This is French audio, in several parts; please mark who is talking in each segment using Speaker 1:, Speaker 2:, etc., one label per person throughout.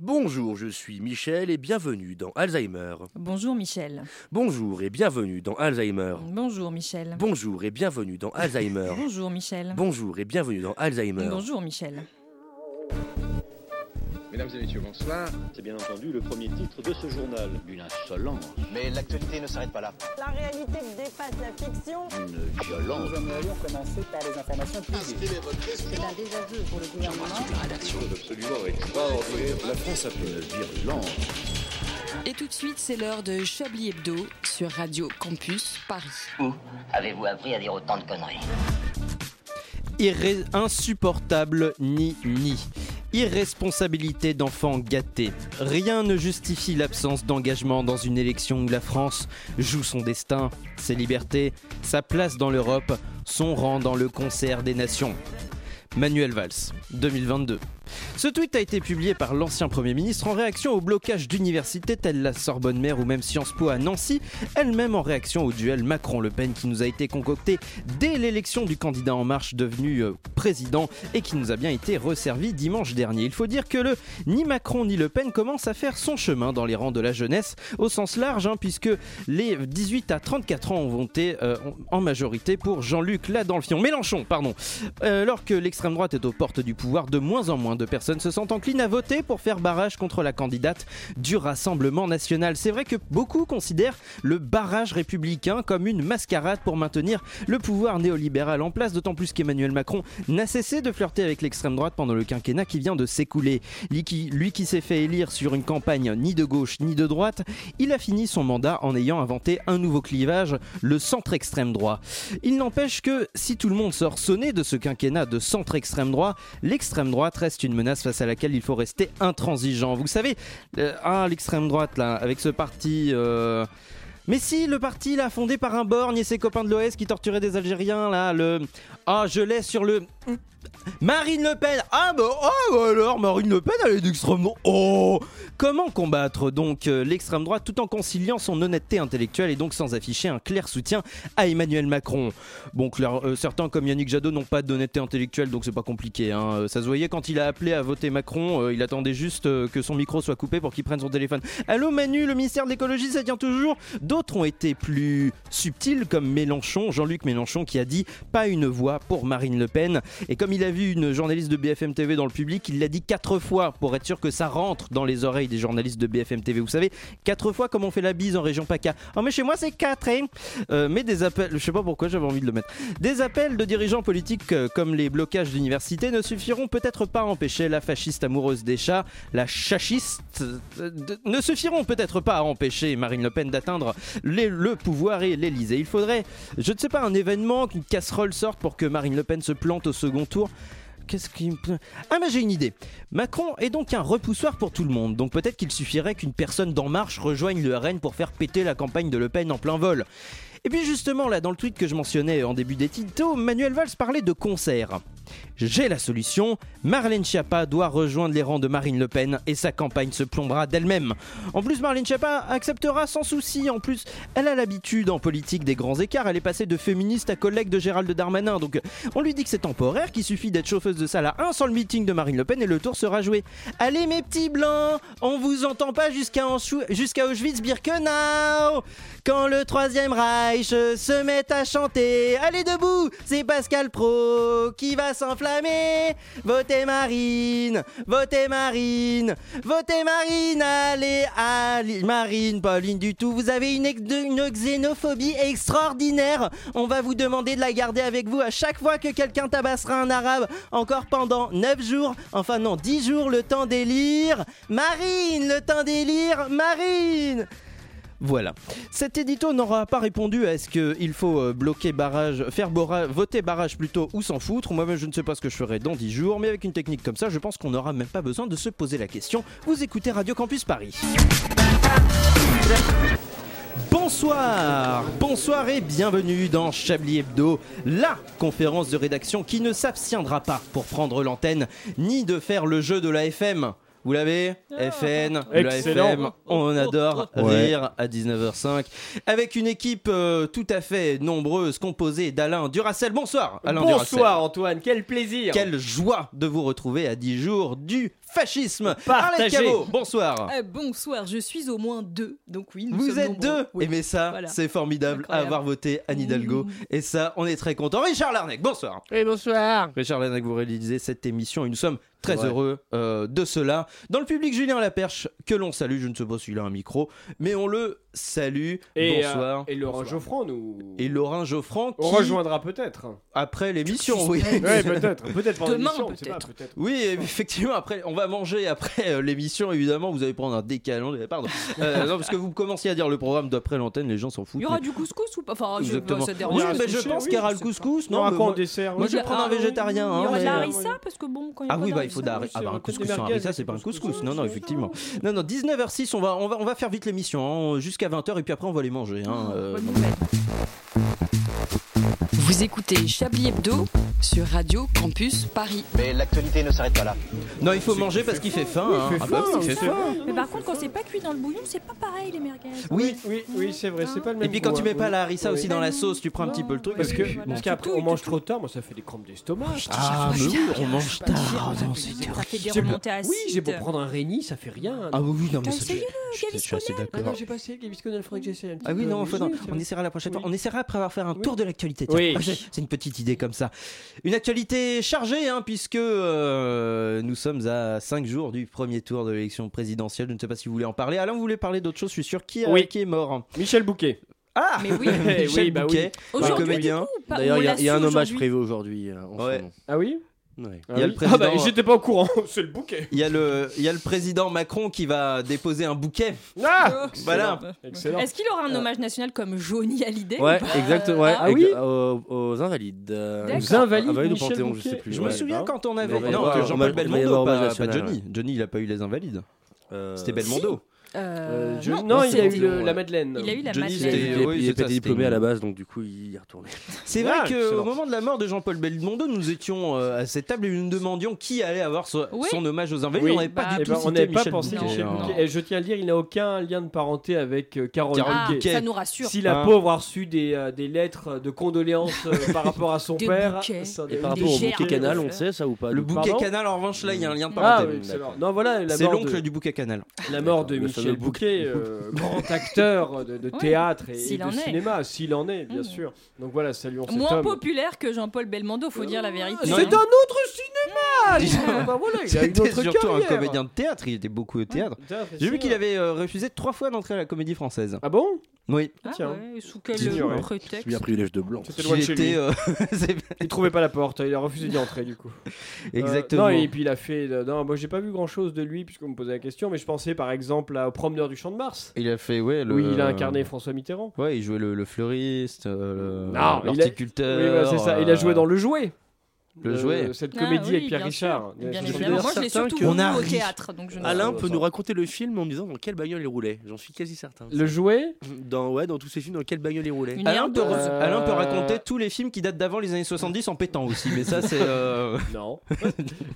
Speaker 1: Bonjour, je suis Michel et bienvenue dans Alzheimer.
Speaker 2: Bonjour Michel.
Speaker 1: Bonjour et bienvenue dans Alzheimer.
Speaker 2: Bonjour Michel.
Speaker 1: Bonjour et bienvenue dans Alzheimer.
Speaker 2: Bonjour Michel.
Speaker 1: Bonjour et bienvenue dans Alzheimer.
Speaker 2: Bonjour Michel.
Speaker 3: Mesdames et messieurs, bonsoir.
Speaker 4: C'est bien entendu le premier titre de ce journal. Une insolence.
Speaker 5: Mais l'actualité ne s'arrête pas là.
Speaker 6: La réalité dépasse la fiction.
Speaker 4: Une violence.
Speaker 7: Nous aimerions commencer par les informations privées.
Speaker 8: C'est un désaveu pour le gouvernement.
Speaker 4: J'embrasse toute la rédaction. Absolument extraordinaire. La France a fait une violence.
Speaker 9: Et tout de suite, c'est l'heure de Chablis Hebdo sur Radio Campus Paris.
Speaker 10: Où avez-vous appris à dire autant de conneries
Speaker 11: Irré insupportable ni ni. Irresponsabilité d'enfants gâtés. Rien ne justifie l'absence d'engagement dans une élection où la France joue son destin, ses libertés, sa place dans l'Europe, son rang dans le concert des nations. Manuel Valls, 2022. Ce tweet a été publié par l'ancien Premier ministre en réaction au blocage d'universités telles la Sorbonne Mère ou même Sciences Po à Nancy, elle-même en réaction au duel Macron-Le Pen qui nous a été concocté dès l'élection du candidat En Marche devenu euh, président et qui nous a bien été resservi dimanche dernier. Il faut dire que le ni Macron ni Le Pen commence à faire son chemin dans les rangs de la jeunesse au sens large, hein, puisque les 18 à 34 ans ont voté euh, en majorité pour Jean-Luc Ladanfion, Mélenchon, pardon, euh, alors que l'extrême droite est aux portes du pouvoir de moins en moins de personnes se sentent enclines à voter pour faire barrage contre la candidate du Rassemblement national. C'est vrai que beaucoup considèrent le barrage républicain comme une mascarade pour maintenir le pouvoir néolibéral en place, d'autant plus qu'Emmanuel Macron n'a cessé de flirter avec l'extrême droite pendant le quinquennat qui vient de s'écouler. Lui qui, lui qui s'est fait élire sur une campagne ni de gauche ni de droite, il a fini son mandat en ayant inventé un nouveau clivage, le centre-extrême droit. Il n'empêche que si tout le monde sort sonné de ce quinquennat de centre-extrême droit, l'extrême droite reste une menace face à laquelle il faut rester intransigeant. Vous savez, euh, ah, l'extrême droite, là, avec ce parti. euh, Mais si, le parti, là, fondé par un borgne et ses copains de l'OS qui torturaient des Algériens, là, le. Ah, je l'ai sur le. Marine Le Pen Ah, bah, oh, bah alors, Marine Le Pen, elle est d'extrême droite Oh Comment combattre donc euh, l'extrême droite tout en conciliant son honnêteté intellectuelle et donc sans afficher un clair soutien à Emmanuel Macron Bon, clair- euh, certains comme Yannick Jadot n'ont pas d'honnêteté intellectuelle, donc c'est pas compliqué. hein. Euh, Ça se voyait quand il a appelé à voter Macron, euh, il attendait juste euh, que son micro soit coupé pour qu'il prenne son téléphone. Allô Manu, le ministère de l'écologie, ça tient toujours D'autres ont été plus subtils, comme Mélenchon, Jean-Luc Mélenchon, qui a dit pas une voix pour Marine Le Pen. Et comme il a vu une journaliste de BFM TV dans le public, il l'a dit quatre fois pour être sûr que ça rentre dans les oreilles des journalistes de BFM TV. Vous savez, quatre fois comme on fait la bise en région PACA. Oh mais chez moi c'est quatre, hein Euh, Mais des appels, je sais pas pourquoi j'avais envie de le mettre. Des appels de dirigeants politiques euh, comme les blocages d'université ne suffiront peut-être pas à empêcher la fasciste amoureuse des chats, la chachiste, euh, de- ne suffiront peut-être pas à empêcher Marine Le Pen d'atteindre les- le pouvoir et l'Elysée. Il faudrait, je ne sais pas, un événement, qu'une casserole sorte pour que Marine Le Pen se plante au second tour. Qu'est-ce qui me plaît Ah mais j'ai une idée. Macron est donc un repoussoir pour tout le monde, donc peut-être qu'il suffirait qu'une personne d'En Marche rejoigne le RN pour faire péter la campagne de Le Pen en plein vol. Et puis justement, là, dans le tweet que je mentionnais en début des titres, Manuel Valls parlait de concert. J'ai la solution, Marlène Schiappa doit rejoindre les rangs de Marine Le Pen et sa campagne se plombera d'elle-même. En plus, Marlène Schiappa acceptera sans souci, en plus, elle a l'habitude en politique des grands écarts, elle est passée de féministe à collègue de Gérald Darmanin, donc on lui dit que c'est temporaire, qu'il suffit d'être chauffeuse de salle à 1 sans le meeting de Marine Le Pen et le tour sera joué. Allez mes petits blancs, on vous entend pas jusqu'à Anschou- jusqu'à Auschwitz-Birkenau Quand le troisième Reich euh, se met à chanter, allez debout, c'est Pascal Pro qui va s'enflammer. Votez Marine, votez Marine, votez Marine, allez, allez, Marine, Pauline du tout, vous avez une, ex- de- une xénophobie extraordinaire. On va vous demander de la garder avec vous à chaque fois que quelqu'un tabassera un arabe, encore pendant 9 jours, enfin non, 10 jours, le temps d'élire. Marine, le temps d'élire, Marine voilà. Cet édito n'aura pas répondu à est-ce qu'il faut euh, bloquer barrage, faire bora- voter barrage plutôt ou s'en foutre. Moi-même, je ne sais pas ce que je ferai dans 10 jours, mais avec une technique comme ça, je pense qu'on n'aura même pas besoin de se poser la question. Vous écoutez Radio Campus Paris. Bonsoir, bonsoir et bienvenue dans Chablis Hebdo, la conférence de rédaction qui ne s'abstiendra pas pour prendre l'antenne ni de faire le jeu de la FM. Vous l'avez FN, de la
Speaker 12: Excellent.
Speaker 11: FM, on adore
Speaker 12: Ouais.
Speaker 11: rire à 19h05 avec une équipe euh, tout à fait nombreuse composée d'Alain Duracel. Bonsoir Alain
Speaker 12: Bonsoir
Speaker 11: Duracell.
Speaker 12: Antoine, quel plaisir
Speaker 11: Quelle joie de vous retrouver à 10 jours du fascisme. Arlette
Speaker 3: Partagé.
Speaker 11: Cabot, bonsoir.
Speaker 12: Euh, bonsoir, je suis au moins deux, donc oui, nous
Speaker 11: Vous
Speaker 12: sommes
Speaker 11: êtes
Speaker 12: nombreux.
Speaker 11: deux
Speaker 12: Oui.
Speaker 11: Et mais ça,
Speaker 12: Voilà.
Speaker 11: c'est formidable
Speaker 12: Incroyable.
Speaker 11: avoir voté Anne Hidalgo. Et ça, on est très content. Richard Larnac, bonsoir.
Speaker 13: Oui, bonsoir.
Speaker 11: Richard Larnac, vous réalisez cette émission et nous sommes très
Speaker 13: Ouais.
Speaker 11: heureux euh, de cela. Dans le public, Julien Laperche, que l'on salue, je ne sais pas s'il a un micro, mais on le salue.
Speaker 3: Et,
Speaker 11: bonsoir.
Speaker 3: euh, et Laurent Geoffran nous
Speaker 11: Et Laurent Geoffran qui...
Speaker 3: on rejoindra peut-être.
Speaker 11: Après l'émission, oui.
Speaker 3: Ouais, peut-être, peut-être pendant
Speaker 11: Demain,
Speaker 3: l'émission, on sait pas, peut-être.
Speaker 11: Oui, effectivement, après, on va manger après euh, l'émission, évidemment. Vous allez prendre un décalant. Pardon. Euh, non, parce que vous commenciez à dire le programme d'après l'antenne, les gens s'en foutent.
Speaker 12: Il y aura
Speaker 11: mais-
Speaker 12: du couscous ou pas Enfin, je, bah,
Speaker 11: Exactement.
Speaker 12: ça dérange
Speaker 11: Oui,
Speaker 12: pas,
Speaker 11: mais
Speaker 12: c'est
Speaker 11: je
Speaker 12: chiant.
Speaker 11: pense
Speaker 12: Oui,
Speaker 11: qu'il y aura le
Speaker 12: c'est pas-
Speaker 11: couscous.
Speaker 3: Il y aura quoi en
Speaker 11: moi-
Speaker 3: dessert
Speaker 11: Moi, je
Speaker 12: Il y
Speaker 11: vais
Speaker 12: a-
Speaker 11: prendre un
Speaker 12: ah,
Speaker 11: végétarien.
Speaker 12: Il y
Speaker 11: hein,
Speaker 12: aura de
Speaker 11: mais-
Speaker 12: la harissa parce que bon, quand il y a
Speaker 11: Ah
Speaker 12: pas
Speaker 11: oui,
Speaker 12: de
Speaker 11: bah il faut
Speaker 12: harissa,
Speaker 11: d'arrêt.
Speaker 12: oui,
Speaker 11: Ah bah un
Speaker 12: c'est-
Speaker 11: couscous sans harissa, c'est pas un couscous. Non, non, effectivement. Non, non, 19h06, on va, on va, on va faire vite l'émission hein, jusqu'à 20h et puis après on va les manger. hein, euh, donc-
Speaker 9: Vous écoutez Chablis Hebdo sur Radio Campus Paris.
Speaker 5: Mais l'actualité ne s'arrête pas là.
Speaker 11: non, il faut manger parce qu'il fait faim.
Speaker 3: Oui, il
Speaker 11: hein.
Speaker 3: fait
Speaker 11: Ah bah
Speaker 3: faim,
Speaker 11: oui, il fait
Speaker 3: c'est
Speaker 11: faim.
Speaker 3: vrai.
Speaker 12: Mais par contre, quand c'est pas cuit dans le bouillon, c'est pas pareil les merguez.
Speaker 11: Oui,
Speaker 3: oui, oui, c'est vrai, c'est pas le même.
Speaker 11: Et puis quand
Speaker 3: goût,
Speaker 11: tu
Speaker 3: hein,
Speaker 11: mets pas
Speaker 3: oui.
Speaker 11: la harissa aussi dans la sauce, tu prends un petit peu le truc.
Speaker 3: Parce
Speaker 11: et
Speaker 3: que
Speaker 11: puis-
Speaker 3: parce qu'après on mange trop tard, moi ça fait des crampes d'estomac.
Speaker 11: Ah, mais oui, on mange tard. Ah, non, c'est
Speaker 12: Ça fait des
Speaker 3: J'ai beau-
Speaker 12: remontées acides.
Speaker 3: Oui, j'ai beau prendre un Réni, ça fait rien.
Speaker 11: Ah oui, oui, non, mais
Speaker 3: T'as
Speaker 11: ça,
Speaker 3: essayé
Speaker 11: je- je- je suis assez
Speaker 3: Ah
Speaker 11: d'accord.
Speaker 3: non, j'ai pas essayé le Gaviscon, il faudrait que j'essaye un petit
Speaker 11: Ah oui,
Speaker 3: peu.
Speaker 11: non, faut- non,
Speaker 3: oui, c'est
Speaker 11: on
Speaker 3: vrai.
Speaker 11: essaiera la prochaine fois. On essaiera après avoir fait un tour de l'actualité. tiens.
Speaker 3: Oui.
Speaker 11: Ah, c'est- C'est une petite idée comme ça. Une actualité chargée, hein, puisque euh, nous sommes à 5 jours du premier tour de l'élection présidentielle. Je ne sais pas si vous voulez en parler. Alain, vous voulez parler d'autre chose Je suis sûr. Qui, a-
Speaker 3: Oui.
Speaker 11: qui est mort
Speaker 3: Michel Bouquet.
Speaker 11: Ah
Speaker 12: Mais oui.
Speaker 3: Eh
Speaker 11: Michel
Speaker 3: oui, bah
Speaker 11: Bouquet,
Speaker 12: oui.
Speaker 11: le
Speaker 12: Aujourd'hui,
Speaker 11: comédien.
Speaker 12: du coup, pas-
Speaker 1: D'ailleurs,
Speaker 12: on
Speaker 1: il y a,
Speaker 12: l'a
Speaker 1: il y a un
Speaker 12: su
Speaker 1: hommage
Speaker 12: aujourd'hui.
Speaker 1: prévu aujourd'hui euh, en
Speaker 11: Ouais.
Speaker 1: son nom.
Speaker 3: Ah oui
Speaker 1: Ouais.
Speaker 11: Il y a
Speaker 3: Ah
Speaker 11: le
Speaker 3: oui.
Speaker 11: président-
Speaker 3: Ah bah j'étais pas au courant, c'est le Bouquet.
Speaker 11: Il y, a le, il y a le président Macron qui va déposer un bouquet.
Speaker 3: Ah
Speaker 11: Voilà.
Speaker 3: Excellent. Euh.
Speaker 12: Est-ce qu'il aura un hommage national comme Johnny Hallyday
Speaker 1: Ouais,
Speaker 12: ou pas
Speaker 1: exactement. Ouais,
Speaker 3: Ah oui
Speaker 1: exa- aux, aux invalides. euh,
Speaker 12: D'accord. Aux
Speaker 3: Invalides,
Speaker 1: Invalides ou
Speaker 3: Michel
Speaker 1: Panthéon, je
Speaker 3: Bouquet.
Speaker 1: sais plus.
Speaker 11: Je
Speaker 1: ouais.
Speaker 11: me souviens
Speaker 3: Bah
Speaker 11: quand on avait.
Speaker 1: avait-
Speaker 11: Non,
Speaker 1: Non,
Speaker 11: euh,
Speaker 1: on va-
Speaker 11: Jean-Paul
Speaker 1: il va y
Speaker 11: Belmondo,
Speaker 1: avoir
Speaker 11: pas,
Speaker 1: hommage
Speaker 11: pas
Speaker 1: national,
Speaker 11: Johnny. Johnny, il a pas eu les invalides.
Speaker 1: Euh,
Speaker 11: C'était Belmondo.
Speaker 12: Euh,
Speaker 3: Je-
Speaker 12: non,
Speaker 3: Non, il y a eu
Speaker 12: c'était-
Speaker 3: le- la Madeleine.
Speaker 12: Il a eu la
Speaker 11: Johnny,
Speaker 1: Il,
Speaker 11: c'était-
Speaker 12: Madeleine.
Speaker 1: était-
Speaker 11: oui,
Speaker 1: il
Speaker 11: c'est
Speaker 1: était
Speaker 11: ça,
Speaker 1: diplômé
Speaker 11: c'était-
Speaker 1: à la base, donc du coup, il y est retourné.
Speaker 11: C'est
Speaker 3: Ah,
Speaker 11: vrai qu'au
Speaker 3: excellent.
Speaker 11: moment de la mort de Jean-Paul Belmondo, nous étions euh, à cette table et nous demandions qui allait avoir so-
Speaker 12: Oui.
Speaker 11: son hommage aux invalides.
Speaker 3: Oui.
Speaker 11: On n'avait pas
Speaker 12: Bah,
Speaker 11: du
Speaker 3: Eh
Speaker 11: tout
Speaker 3: ben, on
Speaker 11: cité
Speaker 3: n'avait pas
Speaker 11: Michel
Speaker 3: pensé à
Speaker 11: Bouquet. hein.
Speaker 3: Michel
Speaker 11: Non.
Speaker 3: Bouquet. Et je tiens à le dire, il n'a aucun lien de parenté avec euh, Carole
Speaker 11: Carole
Speaker 12: Ah,
Speaker 3: Bouquet.
Speaker 12: ça nous rassure.
Speaker 3: Si la
Speaker 11: Ah.
Speaker 3: pauvre a reçu des, euh, des lettres de condoléances euh, par rapport à son
Speaker 12: Des
Speaker 3: père,
Speaker 12: bouquets.
Speaker 3: ça-
Speaker 1: Et par
Speaker 12: des
Speaker 1: rapport au
Speaker 12: gerbes,
Speaker 1: bouquet
Speaker 12: des
Speaker 1: canal, on
Speaker 12: fleurs.
Speaker 1: sait ça ou pas
Speaker 11: Le
Speaker 1: du coup
Speaker 11: bouquet
Speaker 3: Pardon
Speaker 11: canal, en revanche, là, il y a un lien de
Speaker 3: Ah,
Speaker 11: parenté.
Speaker 3: oui, excellent. Non, voilà la
Speaker 11: C'est
Speaker 3: mort,
Speaker 11: l'oncle
Speaker 3: de,
Speaker 11: du bouquet canal.
Speaker 3: la mort de
Speaker 1: Le
Speaker 12: bah,
Speaker 1: fameux
Speaker 3: Michel Bouquet, euh, grand acteur de, de théâtre et,
Speaker 12: s'il
Speaker 3: et
Speaker 12: en
Speaker 3: de
Speaker 12: est.
Speaker 3: cinéma, s'il en est, bien
Speaker 12: Mm.
Speaker 3: sûr. Donc voilà, saluons cet
Speaker 12: Moins
Speaker 3: homme.
Speaker 12: populaire que Jean-Paul Belmondo, faut dire la vérité. hein. Hmm.
Speaker 3: C'est
Speaker 11: Non,
Speaker 3: un
Speaker 11: il-
Speaker 3: autre cinéma Ah, bah voilà, il a une
Speaker 11: C'était
Speaker 3: autre
Speaker 11: surtout
Speaker 3: carrière.
Speaker 11: un comédien de théâtre, il était beaucoup au théâtre.
Speaker 3: Putain, c'est
Speaker 11: J'ai vu
Speaker 3: sûr.
Speaker 11: qu'il avait euh, refusé trois fois d'entrer à la comédie française.
Speaker 3: Ah bon
Speaker 11: Oui.
Speaker 12: Ah
Speaker 3: Tiens.
Speaker 12: ouais, sous quel
Speaker 11: hein.
Speaker 3: J'ignorais.
Speaker 12: prétexte
Speaker 1: Lui un privilège de blanc.
Speaker 3: euh, C'était loin de
Speaker 11: Il
Speaker 3: chez
Speaker 11: était,
Speaker 3: lui.
Speaker 11: euh, c'est-
Speaker 3: Il trouvait pas la porte, il a refusé d'y entrer du coup. Euh,
Speaker 11: Exactement.
Speaker 3: non, et puis il a fait. euh, non, moi j'ai pas vu grand chose de lui puisqu'on me posait la question, mais je pensais par exemple à- au promeneur du Champ de Mars.
Speaker 11: Il a fait, ouais, le.
Speaker 3: Oui, il a incarné François Mitterrand.
Speaker 11: Ouais, il jouait le, le fleuriste, euh, le-
Speaker 3: Non, il a-
Speaker 11: l'horticulteur.
Speaker 3: oui, voilà, c'est ça. Il a joué dans
Speaker 11: euh,
Speaker 3: Le Jouet.
Speaker 11: Le
Speaker 3: Euh,
Speaker 11: Jouet.
Speaker 3: Cette
Speaker 12: Ah
Speaker 3: comédie
Speaker 12: oui,
Speaker 3: avec Pierre
Speaker 12: bien
Speaker 3: Richard.
Speaker 12: sûr. Bien
Speaker 3: Je suis
Speaker 12: évidemment.
Speaker 3: d'ailleurs
Speaker 12: Moi, je l'ai
Speaker 3: certain
Speaker 12: surtout
Speaker 3: que-
Speaker 11: on
Speaker 12: vu
Speaker 11: a
Speaker 12: au
Speaker 11: ri.
Speaker 12: théâtre, donc je ne sais
Speaker 1: Alain
Speaker 3: Ah,
Speaker 1: peut
Speaker 3: ça.
Speaker 1: nous raconter le film en me disant dans quelle bagnole il roulait. J'en suis quasi certain.
Speaker 3: Le Jouet
Speaker 1: Dans, ouais, dans tous ces films, dans quelle bagnole il roulait.
Speaker 12: Une
Speaker 11: Alain peut,
Speaker 12: merde.
Speaker 3: Euh,
Speaker 11: Alain peut raconter tous les films qui datent d'avant les années 70 en pétant aussi, mais ça c'est. euh,
Speaker 3: Non.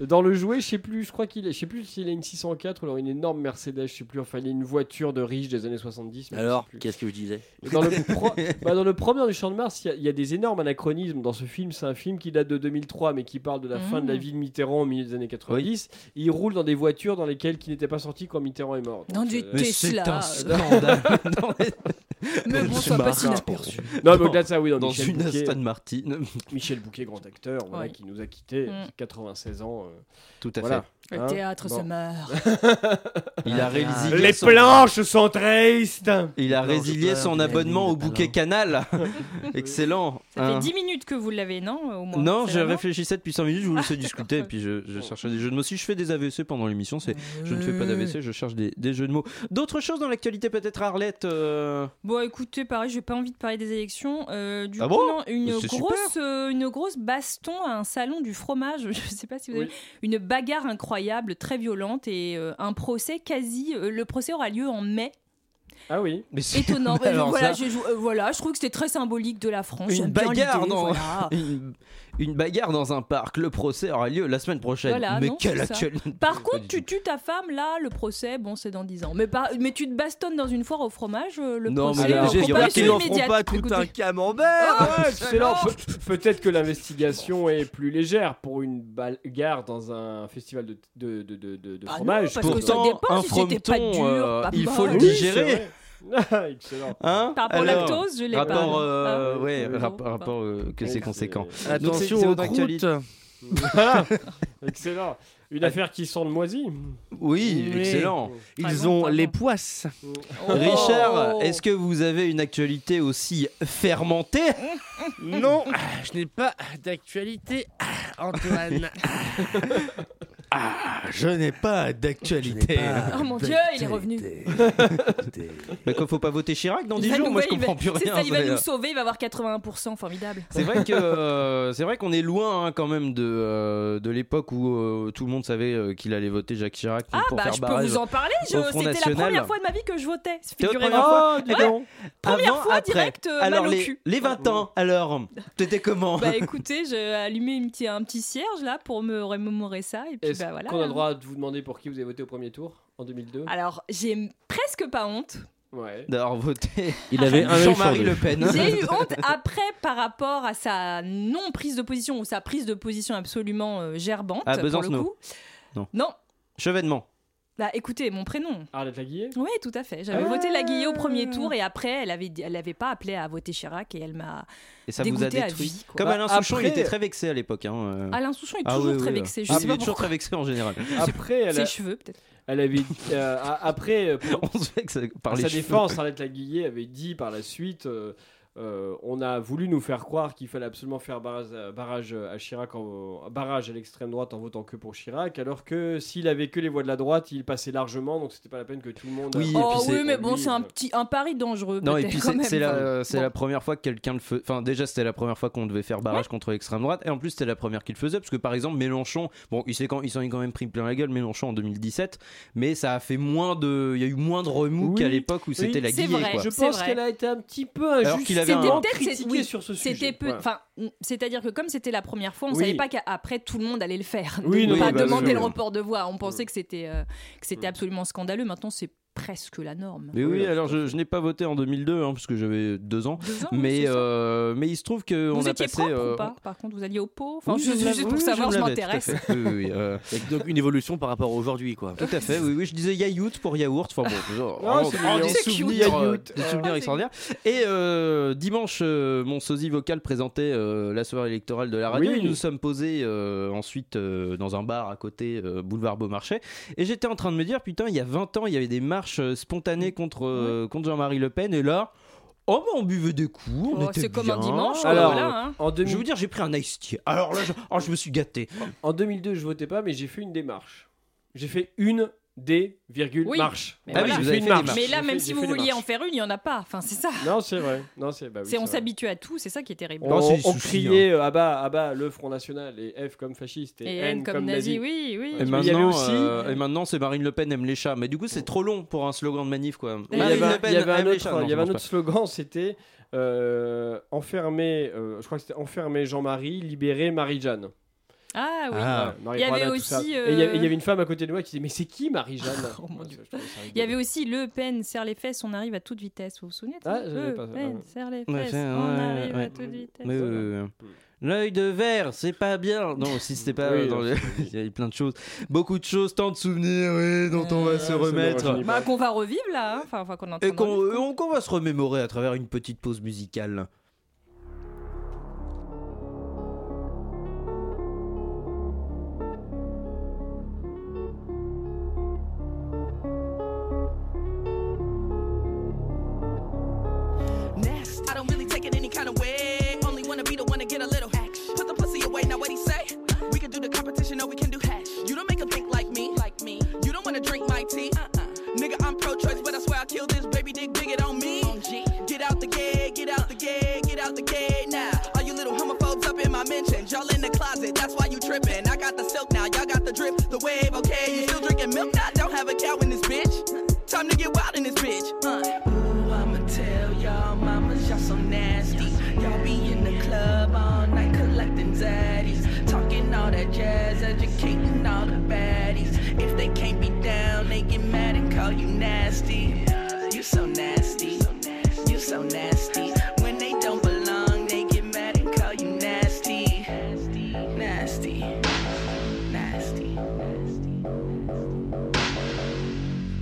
Speaker 3: Dans le jouet, je sais plus, je crois qu'il est, je sais plus s'il a une 604 ou alors une énorme Mercedes, je sais plus, enfin il a une voiture de riche des années 70. mais je sais
Speaker 1: Alors,
Speaker 3: plus.
Speaker 1: qu'est-ce que je disais
Speaker 3: Et dans, le pro- bah, dans le premier du Champ de Mars, il y a- il y, a des énormes anachronismes dans ce film. C'est un film qui date de 2003, mais qui parle de la
Speaker 12: Mhm.
Speaker 3: fin de la vie de Mitterrand au milieu des années 90. Il roule dans des voitures dans lesquelles qui n'étaient pas sorties quand Mitterrand est mort.
Speaker 12: Dans
Speaker 3: Donc,
Speaker 12: du
Speaker 3: euh,
Speaker 11: mais
Speaker 12: Tesla.
Speaker 11: C'est un scandale. dans les-
Speaker 12: Mais bon,
Speaker 11: C'est
Speaker 12: soit
Speaker 11: marrant.
Speaker 12: pas si inaperçu.
Speaker 3: Non, mais au-delà de ça, oui, dans,
Speaker 11: dans
Speaker 3: Michel,
Speaker 11: une
Speaker 3: Bouquet,
Speaker 11: Aston Martin.
Speaker 3: Michel Bouquet, grand acteur, voilà,
Speaker 12: Ouais.
Speaker 3: qui nous a quittés,
Speaker 12: Mm.
Speaker 3: 96 ans. euh,
Speaker 11: Tout à
Speaker 3: voilà.
Speaker 12: Le
Speaker 3: Hein
Speaker 12: théâtre se
Speaker 3: Bon. Ah,
Speaker 12: meurt.
Speaker 11: fait. Il a résilié. son...
Speaker 3: sont tristes
Speaker 11: Il a
Speaker 1: Non,
Speaker 11: résilié
Speaker 1: je peux-
Speaker 11: son
Speaker 1: mais
Speaker 11: abonnement
Speaker 1: oui,
Speaker 11: au
Speaker 1: le talent.
Speaker 11: bouquet canal. Excellent.
Speaker 12: Ça
Speaker 11: hein.
Speaker 12: fait 10 minutes que vous l'avez, non au moins,
Speaker 11: Non,
Speaker 12: c'est
Speaker 11: je
Speaker 12: vraiment
Speaker 11: réfléchissais depuis 5 minutes, je vous laissais discuter, et puis je, je cherchais des jeux de mots. Si je fais des AVC pendant l'émission, c'est je ne fais pas d'AVC, je cherche des, des jeux de mots. D'autres choses dans l'actualité, peut-être Arlette euh,
Speaker 12: Bon, écoutez, pareil, j'ai pas envie de parler des élections. Euh, du
Speaker 11: Ah
Speaker 12: coup,
Speaker 11: bon
Speaker 12: non, une
Speaker 11: C'est
Speaker 12: grosse, euh, une grosse baston à un salon du fromage. Je sais pas si vous avez
Speaker 3: Oui.
Speaker 12: une bagarre incroyable, très violente et euh, un procès quasi. euh, le procès aura lieu en mai.
Speaker 3: Ah oui.
Speaker 11: Mais c'est-
Speaker 12: Étonnant.
Speaker 11: Mais alors
Speaker 12: voilà,
Speaker 11: ça,
Speaker 12: je, je- euh, voilà, je trouve que c'était très symbolique de la France.
Speaker 11: une
Speaker 12: J'aime bien
Speaker 11: bagarre
Speaker 12: l'idée,
Speaker 11: dans
Speaker 12: voilà.
Speaker 11: une, une bagarre dans un parc. Le procès aura lieu la semaine prochaine.
Speaker 12: Voilà,
Speaker 11: mais
Speaker 12: non,
Speaker 11: quelle
Speaker 12: c'est ça.
Speaker 11: actuelle
Speaker 12: Par
Speaker 11: Pas
Speaker 12: contre,
Speaker 11: du
Speaker 12: tu tues ta femme, là, le procès, bon, c'est dans 10 ans. Mais, pas, mais tu te bastonnes dans une foire au fromage, euh, le
Speaker 11: Non, mais
Speaker 12: procès.
Speaker 11: là,
Speaker 12: on
Speaker 11: j'ai-
Speaker 12: prend
Speaker 11: il y aura
Speaker 12: le
Speaker 11: qu'ils
Speaker 12: sujet
Speaker 11: n'en
Speaker 12: immédiat. Écoutez.
Speaker 1: camembert
Speaker 3: Ouais, excellent. Pe- Peut-être que l'investigation est plus légère pour une bagarre dans un festival de, de, de, de, de- de
Speaker 12: Ah non,
Speaker 3: fromage.
Speaker 12: parce que ça
Speaker 11: Pourtant,
Speaker 12: dépend
Speaker 11: un
Speaker 12: si c'était pas
Speaker 11: frometon,
Speaker 12: dur,
Speaker 11: euh,
Speaker 12: pas
Speaker 11: il
Speaker 12: mal.
Speaker 11: faut le
Speaker 12: Oui,
Speaker 11: digérer.
Speaker 3: Ah, excellent.
Speaker 11: Hein
Speaker 12: Par rapport au
Speaker 11: Alors,
Speaker 12: lactose, je l'ai pas.
Speaker 11: Rapport,
Speaker 12: Ah,
Speaker 11: euh,
Speaker 3: Ah,
Speaker 11: ouais,
Speaker 3: oui,
Speaker 11: rap-
Speaker 12: bon,
Speaker 11: rapport euh, que c'est
Speaker 3: C'est-
Speaker 11: conséquent. Donc, c'est- c'est
Speaker 1: Attention
Speaker 11: votre
Speaker 1: aux croûtes.
Speaker 11: actualité.
Speaker 3: Voilà. excellent. Une affaire qui sent le moisi.
Speaker 11: Ah. Oui,
Speaker 1: Oui.
Speaker 11: excellent.
Speaker 1: Ils ont les poisses.
Speaker 11: Richard, est-ce que vous avez une actualité aussi fermentée
Speaker 1: Non, je n'ai pas d'actualité, Antoine.
Speaker 11: Ah, Je n'ai pas d'actualité.
Speaker 12: Oh mon Dieu, il est revenu.
Speaker 11: Mais quoi, Bah, faut pas voter Chirac Ah, dans
Speaker 12: Il
Speaker 11: 10
Speaker 12: va
Speaker 11: jours
Speaker 12: nous-
Speaker 11: Moi, je
Speaker 12: il va-
Speaker 11: comprends plus
Speaker 12: c'est
Speaker 11: rien.
Speaker 12: ça, il va
Speaker 11: mais, euh,
Speaker 12: nous sauver, il va avoir 81%, formidable.
Speaker 11: C'est vrai que euh, c'est vrai qu'on est loin hein, quand même de euh, de l'époque où euh, tout le monde savait euh, qu'il allait voter Jacques Chirac
Speaker 12: Ah
Speaker 11: pour
Speaker 12: bah
Speaker 11: faire
Speaker 12: je peux
Speaker 11: barrage.
Speaker 12: vous en parler, je-
Speaker 11: au Front
Speaker 12: c'était la
Speaker 11: National.
Speaker 12: première fois de ma vie que je votais,
Speaker 11: T'es votre
Speaker 12: figurez-vous.
Speaker 11: première fois
Speaker 3: Oh, dis donc.
Speaker 12: Première
Speaker 11: Avant,
Speaker 12: fois
Speaker 11: après.
Speaker 12: direct, euh,
Speaker 11: alors
Speaker 12: mal au
Speaker 11: les
Speaker 12: cul.
Speaker 11: les 20 ans alors t'étais comment
Speaker 12: Bah écoutez, j'ai allumé une petite- un petit cierge là pour me remémorer ça et puis
Speaker 3: Est-ce
Speaker 12: bah voilà.
Speaker 3: qu'on a le droit de vous demander pour qui vous avez voté au premier tour en 2002
Speaker 12: Alors j'ai presque pas honte.
Speaker 3: Ouais.
Speaker 11: d'avoir voté
Speaker 1: Il avait un œil sur
Speaker 11: Jean-Marie
Speaker 1: deux.
Speaker 11: Le Pen.
Speaker 12: J'ai eu honte après par rapport à sa non prise de position ou sa prise de position absolument euh, gerbante
Speaker 11: Ah,
Speaker 12: pour le
Speaker 11: Besancenot.
Speaker 12: coup.
Speaker 11: Non.
Speaker 12: Non.
Speaker 11: Chevènement.
Speaker 12: Bah écoutez, mon prénom.
Speaker 11: Ah,
Speaker 3: Arlette Laguillet
Speaker 12: Oui, tout à fait. J'avais
Speaker 3: Ah.
Speaker 12: voté Laguillé au premier tour et après, elle avait, dit- elle avait pas appelé à voter Chirac et elle m'a.
Speaker 11: Et ça vous
Speaker 12: Dégoûté
Speaker 11: a
Speaker 12: à
Speaker 11: détruit.
Speaker 12: vie, quoi.
Speaker 11: Comme
Speaker 3: Bah,
Speaker 11: Alain Souchon,
Speaker 3: après-
Speaker 11: il était très vexé à l'époque. hein, euh.
Speaker 12: Alain Souchon est
Speaker 11: Ah,
Speaker 12: toujours
Speaker 11: oui,
Speaker 12: très
Speaker 11: oui,
Speaker 12: vexé. Je
Speaker 11: ah,
Speaker 12: sais
Speaker 11: il
Speaker 12: pas
Speaker 11: est toujours
Speaker 12: pourquoi.
Speaker 11: très vexé en général.
Speaker 3: Après, elle, a-
Speaker 12: Ses cheveux peut-être.
Speaker 3: elle avait euh, a- après euh, pour-
Speaker 11: On se vexe par
Speaker 3: à
Speaker 11: les
Speaker 3: sa
Speaker 11: cheveux.
Speaker 3: défense, hein, Arlette Laguillet avait dit par la suite. euh, euh, on a voulu nous faire croire qu'il fallait absolument faire barrage, euh, barrage à Chirac, en, barrage à l'extrême droite en votant que pour Chirac, alors que s'il avait que les voix de la droite, il passait largement, donc c'était pas la peine que tout le monde. euh,
Speaker 11: Oui, et
Speaker 12: Oh
Speaker 11: puis c'est-
Speaker 12: oui, mais bon, c'est un petit un pari dangereux.
Speaker 11: Non, et
Speaker 12: peut-être,
Speaker 11: puis
Speaker 12: quand
Speaker 11: c'est
Speaker 12: même.
Speaker 11: c'est la,
Speaker 12: Enfin,
Speaker 11: c'est
Speaker 12: bon.
Speaker 11: la première fois que quelqu'un le fait. Enfin, déjà, c'était la première fois qu'on devait faire barrage contre l'extrême droite. Et en plus, c'était la première qu'il faisait. Parce que par exemple, Mélenchon, bon, il s'est quand, il s'en est quand même pris plein la gueule, Mélenchon, en 2017. Mais ça a fait moins de. Il y a eu moins de remous
Speaker 3: Oui.
Speaker 11: qu'à l'époque où c'était la
Speaker 12: c'est
Speaker 11: guillée,
Speaker 12: vrai.
Speaker 11: quoi.
Speaker 3: Je
Speaker 12: C'est
Speaker 3: pense
Speaker 12: vrai.
Speaker 3: qu'elle a été un petit peu
Speaker 11: Alors
Speaker 3: injuste.
Speaker 11: qu'il avait
Speaker 12: C'était un- peut-être
Speaker 3: critiqué
Speaker 12: cette- oui,
Speaker 3: sur ce sujet.
Speaker 12: C'était peu,
Speaker 3: Voilà.
Speaker 12: enfin, mm, c'est-à-dire que comme c'était la première fois, on
Speaker 3: Oui.
Speaker 12: savait pas qu'après tout le monde allait le faire.
Speaker 3: Oui,
Speaker 12: Donc,
Speaker 11: non,
Speaker 12: pas
Speaker 11: bah,
Speaker 12: demander
Speaker 11: oui.
Speaker 12: le report de voix. On pensait
Speaker 3: Mm.
Speaker 12: que c'était euh, que c'était
Speaker 3: Mm.
Speaker 12: absolument scandaleux. Maintenant, c'est presque la norme.
Speaker 11: Mais oui, euh,
Speaker 3: Oui,
Speaker 11: alors je, je n'ai pas voté en 2002, hein, parce que j'avais deux ans.
Speaker 12: Deux ans,
Speaker 11: Mais,
Speaker 12: c'est ça.
Speaker 11: euh, mais il se trouve que on
Speaker 12: vous
Speaker 11: a
Speaker 12: étiez
Speaker 11: passé.
Speaker 12: propre
Speaker 11: euh,
Speaker 12: ou pas Par contre, vous alliez au pot. Enfin,
Speaker 11: oui,
Speaker 12: je-
Speaker 11: je me
Speaker 12: je-
Speaker 11: l'avais-
Speaker 12: juste
Speaker 11: oui,
Speaker 12: pour
Speaker 11: me
Speaker 12: savoir, je
Speaker 11: l'avais, tout à
Speaker 12: m'intéresse.
Speaker 11: fait. Oui, oui, oui, euh,
Speaker 1: Et donc une évolution par rapport à aujourd'hui, quoi.
Speaker 11: Tout à fait, oui, oui, je disais yaourt pour yaourt. Enfin bon, genre,
Speaker 3: Non,
Speaker 12: Oh,
Speaker 11: vraiment,
Speaker 3: c'est
Speaker 11: vraiment
Speaker 3: mignon.
Speaker 11: des
Speaker 3: C'est cute.
Speaker 11: souvenirs, euh,
Speaker 3: Yaourt.
Speaker 11: des souvenirs
Speaker 12: Ah,
Speaker 11: extraordinaires. Et euh, dimanche, euh, mon sosie vocal présentait euh, la soirée électorale de la radio.
Speaker 3: Oui.
Speaker 11: Et nous nous sommes posés euh, ensuite euh, dans un bar à côté, euh, boulevard Beaumarchais. Et j'étais en train de me dire, putain, il y a 20 ans, il y avait des marches euh, spontanées contre, euh, contre Jean-Marie Le Pen. Et là, oh, bah, on buvait des coups. on
Speaker 12: Oh,
Speaker 11: était
Speaker 12: C'est comme un
Speaker 11: bien.
Speaker 12: dimanche.
Speaker 3: Alors,
Speaker 12: voilà, hein.
Speaker 3: En,
Speaker 11: Je vais
Speaker 3: 2000
Speaker 11: vous dire, j'ai pris un iced tea. Alors là, je, oh, je me suis gâté.
Speaker 3: en 2002, je votais pas, mais j'ai fait une démarche. J'ai fait une des virgules
Speaker 12: Oui.
Speaker 3: marches.
Speaker 12: Mais
Speaker 11: Ah
Speaker 12: voilà.
Speaker 11: oui, vous avez
Speaker 3: J'ai fait
Speaker 11: fait
Speaker 3: une
Speaker 11: des
Speaker 3: marche.
Speaker 11: marches.
Speaker 12: Mais là,
Speaker 3: J'ai
Speaker 12: même
Speaker 3: fait-
Speaker 12: si
Speaker 3: j'ai
Speaker 12: vous
Speaker 3: fait des
Speaker 12: vouliez en
Speaker 3: marches.
Speaker 12: faire une, il y en a pas. Enfin, c'est ça.
Speaker 3: Non, c'est vrai. Non, c'est bah oui,
Speaker 12: C'est on
Speaker 3: c'est vrai.
Speaker 12: s'habitue à tout. C'est ça qui est terrible.
Speaker 3: On,
Speaker 11: Non, c'est des
Speaker 3: on
Speaker 11: soucis, hein.
Speaker 3: criait euh, à bas, à bas le Front National et F comme fasciste et,
Speaker 12: Et N comme nazi, oui, oui.
Speaker 11: Et
Speaker 3: Mais il y avait
Speaker 11: maintenant,
Speaker 3: aussi-
Speaker 11: euh, et maintenant, c'est Marine Le Pen aime les chats. Mais du coup, c'est trop long pour un slogan de manif, quoi.
Speaker 3: Il y avait,
Speaker 11: Marine Ah, Le Pen
Speaker 3: il y avait un
Speaker 11: aime les
Speaker 3: autre,
Speaker 11: chats. Non,
Speaker 3: il y
Speaker 11: ça
Speaker 3: avait un
Speaker 11: marche
Speaker 3: autre slogan, c'était euh, enfermer, euh, je crois que c'était enfermer Jean-Marie, libérer Marie-Jeanne.
Speaker 12: Ah oui.
Speaker 11: Ah.
Speaker 3: Voilà, Marie
Speaker 12: Il y avait
Speaker 3: Juana, tout ça. Et
Speaker 12: aussi,
Speaker 3: il y avait-
Speaker 12: euh,
Speaker 3: il y avait une femme à côté de moi qui disait Mais c'est qui Marie-Jeanne
Speaker 12: Oh mon Dieu.
Speaker 3: Je trouvais ça rigolo.
Speaker 12: Il y avait aussi Le Pen serre les fesses, on arrive à toute vitesse. Vous vous souvenez de ça
Speaker 3: Ah, je l'avais
Speaker 12: Le
Speaker 3: pas, ouais.
Speaker 12: Pen serre les fesses,
Speaker 11: Ouais, c'est-
Speaker 12: on
Speaker 11: ouais,
Speaker 12: arrive
Speaker 11: ouais.
Speaker 12: à toute vitesse.
Speaker 11: Mais
Speaker 3: Voilà.
Speaker 11: euh, L'œil de verre, c'est pas bien. Non, si c'était pas.
Speaker 3: Oui,
Speaker 11: euh, dans
Speaker 3: oui.
Speaker 11: le- Il y a eu plein de choses. Beaucoup de choses, tant de souvenirs oui, dont on va
Speaker 12: Euh,
Speaker 11: se
Speaker 12: ça
Speaker 3: me
Speaker 11: remettre.
Speaker 3: rajeunit.
Speaker 12: Bah, qu'on va revivre là, hein. enfin, enfin, qu'on est en train
Speaker 11: Et
Speaker 12: de
Speaker 11: qu'on
Speaker 12: revivre.
Speaker 11: euh, qu'on va se remémorer à travers une petite pause musicale.
Speaker 13: Next, I don't really take it any kind of way. Only wanna be the one to get a little hash. Put the pussy away, now what he say? We can do the competition, no, we can do hash. You don't make a think like me, like me. You don't wanna drink my tea, uh-uh. Nigga, I'm pro-choice, but I swear I kill this baby dick, big it on me. Get out the gate, get out the gate, get out the gate now. All you little homophobes up in my mentions, y'all in the closet, that's why you tripping. I got the silk now, y'all got the drip, the wave, okay. You still drinking milk now? Don't have a cow in this bitch. Time to get wild in this bitch. Uh. educating all the baddies. If they can't be down, they get mad and call you nasty. You so nasty. You so nasty. When they don't belong, they get mad and call you nasty. Nasty. Nasty.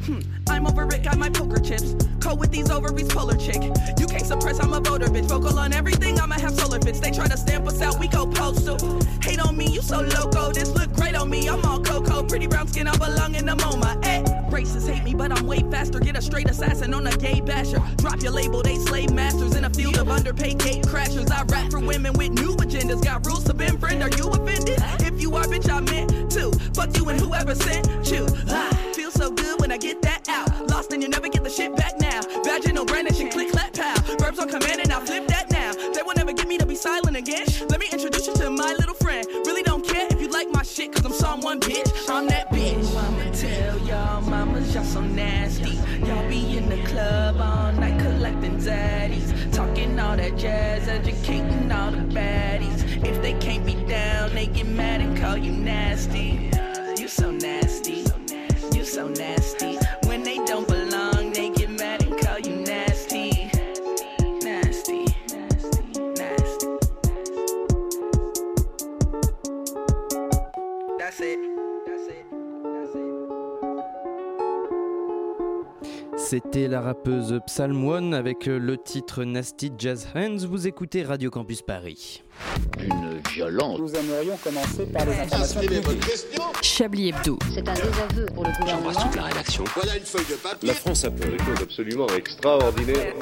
Speaker 13: Hmm, I'm over it, got my poker chips. Cold with these ovaries, polar chick. You can't suppress, I'm a voter, bitch. Vocal on everything, I'ma have solar fits. They tryna stamp us out, we go postal. Hate on me, you so loco. This look great on me, I'm all cocoa. Pretty brown skin, I belong in the MoMA. Eh, racists hate me, but I'm way faster. Get a straight assassin on a gay basher. Drop your label, they slave masters in a field of underpaid gate crashers. I rap for women with new agendas. Got rules to bend, friend. Are you offended? If you are, bitch, I meant to. Fuck you and whoever sent you. Ah, feel so good when I get that out. Lost and you never get the shit back now. Vaginal brandish and click clap pow. Verbs on command and I flip that now. They will never get me to be silent again. Let me introduce you to my little friend. Really don't care if you like my shit, cause I'm someone bitch. I'm that bitch. I'ma tell y'all mamas, y'all so nasty. Y'all be in the club all night collecting zaddies. Talking all that jazz, educating all the baddies. If they can't be down, they get mad and call you nasty. You so nasty. You so nasty. When they don't belong, they get mad and call you nasty. Nasty. Nasty. That's it. That's it.
Speaker 11: C'était la rappeuse Psalm One avec le titre Nasty Jazz Hands. Vous écoutez Radio Campus Paris. Une violence.
Speaker 7: Nous aimerions commencer par les informations publiques.
Speaker 9: Chablis Hebdo. C'est un désaveu pour le gouvernement.
Speaker 4: toute la rédaction. Voilà une feuille de papier. La France a fait des choses absolument extraordinaires.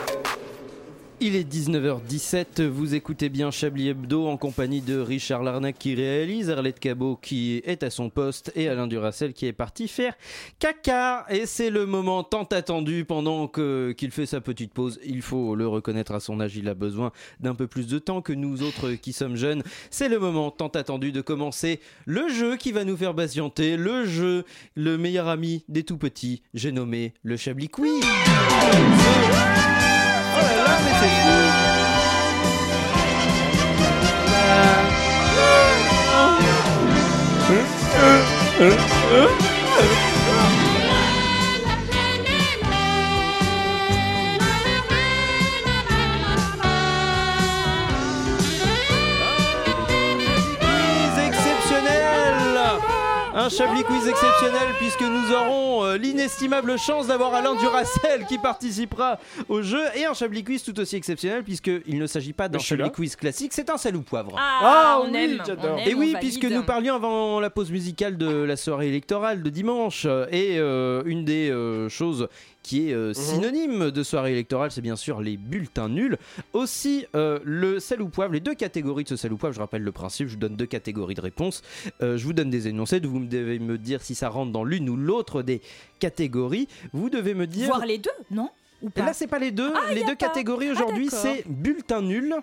Speaker 11: Il est 19h17, vous écoutez bien Chablis Hebdo en compagnie de Richard Larnac qui réalise, Arlette Cabot qui est à son poste et Alain Duracel qui est parti faire caca. Et c'est le moment tant attendu pendant que- qu'il fait sa petite pause. Il faut le reconnaître à son âge, il a besoin d'un peu plus de temps que nous autres qui sommes jeunes. C'est le moment tant attendu de commencer le jeu qui va nous faire patienter, le jeu, le meilleur ami des tout petits, j'ai nommé le Chablis Quiz. quiz exceptionnel un Chablis quiz exceptionnel puisque nous aurons euh, l'inestimable chance d'avoir Alain Duracel qui participera au jeu et un Chablis quiz tout aussi exceptionnel puisqu'il ne s'agit pas d'un
Speaker 3: Je suis
Speaker 11: Chablis
Speaker 3: là.
Speaker 11: quiz classique, c'est un salou poivre.
Speaker 3: Ah, on oui, aime, j'adore. on aime,
Speaker 11: Et oui,
Speaker 3: on valide.
Speaker 11: puisque nous parlions avant la pause musicale de la soirée électorale de dimanche et euh, une des euh, choses qui est euh, synonyme de soirée électorale, c'est bien sûr les bulletins nuls. Aussi, euh, le sel ou poivre, les deux catégories de ce sel ou poivre, je rappelle le principe, je vous donne deux catégories de réponses. Euh, je vous donne des énoncés, vous me devez me dire si ça rentre dans l'une ou l'autre des catégories. Vous devez me dire.
Speaker 12: Voir les deux, non Ou pas Ah,
Speaker 11: Là, c'est pas les deux.
Speaker 3: Ah,
Speaker 11: les deux catégories aujourd'hui, c'est bulletin nul.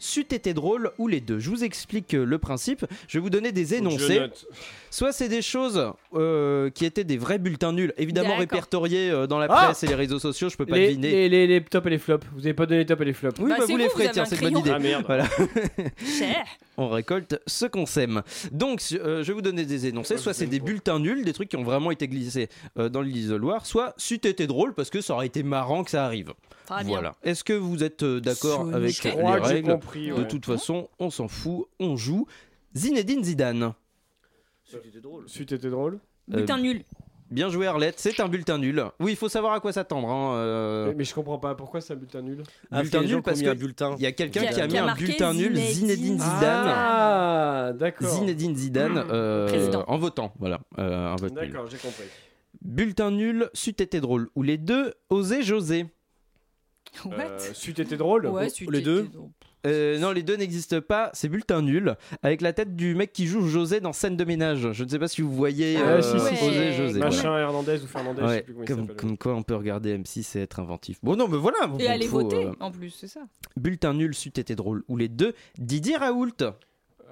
Speaker 11: C'eût été drôle ou les deux. Je vous explique euh, le principe. Je vais vous donner des
Speaker 3: que je
Speaker 11: énoncés.
Speaker 3: note.
Speaker 11: Soit c'est des choses euh, qui étaient des vrais bulletins nuls, évidemment
Speaker 3: D'accord.
Speaker 11: répertoriés euh, dans la
Speaker 3: Ah
Speaker 11: presse et les réseaux sociaux. Je peux pas
Speaker 3: les,
Speaker 11: deviner.
Speaker 3: Les, les, les tops et les flops. Vous avez pas donné les tops et les flops.
Speaker 11: Oui, bah, vous les ferez, tiens, c'est une bonne idée.
Speaker 12: hein.
Speaker 3: Ah merde.
Speaker 11: Voilà. On récolte ce qu'on sème. Donc, euh, je vais vous donner des énoncés. Soit c'est des bulletins nuls, des trucs qui ont vraiment été glissés euh, dans l'isoloir, soit c'eût été drôle parce que ça aurait été marrant que ça arrive.
Speaker 3: Très bien.
Speaker 11: Voilà. Est-ce que vous êtes euh, d'accord
Speaker 3: Sonic.
Speaker 11: avec
Speaker 3: Je
Speaker 11: les
Speaker 3: crois que j'ai
Speaker 11: règles
Speaker 3: compris,
Speaker 11: De
Speaker 3: ouais.
Speaker 11: toute façon, on s'en fout, on joue. Zinedine Zidane. Ah,
Speaker 3: C'était drôle. C'était drôle.
Speaker 11: Bulletin
Speaker 12: nul.
Speaker 11: Bien joué Arlette, c'est un bulletin nul. Oui, il faut savoir à quoi s'attendre. hein, euh.
Speaker 3: Mais, mais je comprends pas pourquoi c'est un bulletin nul.
Speaker 11: bulletin Ah, nul parce que il y a quelqu'un qui a mis un bulletin nul Zinedine Zidane.
Speaker 3: Ah, d'accord.
Speaker 11: Zinedine Zidane euh,
Speaker 3: Président.
Speaker 11: en votant, voilà, euh, un vote nul.
Speaker 3: D'accord, j'ai compris.
Speaker 11: Bulletin nul, c'eût été drôle ou les deux, osez José.
Speaker 3: Euh, C'eût été drôle.
Speaker 11: Ou- ou les deux. Euh, non, les deux n'existent pas. C'est bulletin nul avec la tête du mec qui joue José dans scène de ménage. Je ne sais pas si vous voyez
Speaker 3: Ah,
Speaker 11: euh,
Speaker 3: si, si, si.
Speaker 11: Osez José.
Speaker 3: Machin
Speaker 11: voilà.
Speaker 3: Hernandez ou Fernandez, je sais plus comment il
Speaker 11: comme,
Speaker 3: s'appelle.
Speaker 11: comme quoi on peut regarder M6 et être inventif. Bon, non, mais voilà.
Speaker 12: Et
Speaker 11: bon,
Speaker 12: aller
Speaker 11: faut,
Speaker 12: voter,
Speaker 11: euh,
Speaker 12: en plus, c'est ça.
Speaker 11: Bulletin nul, c'eût été drôle ou les deux, Didier Raoult.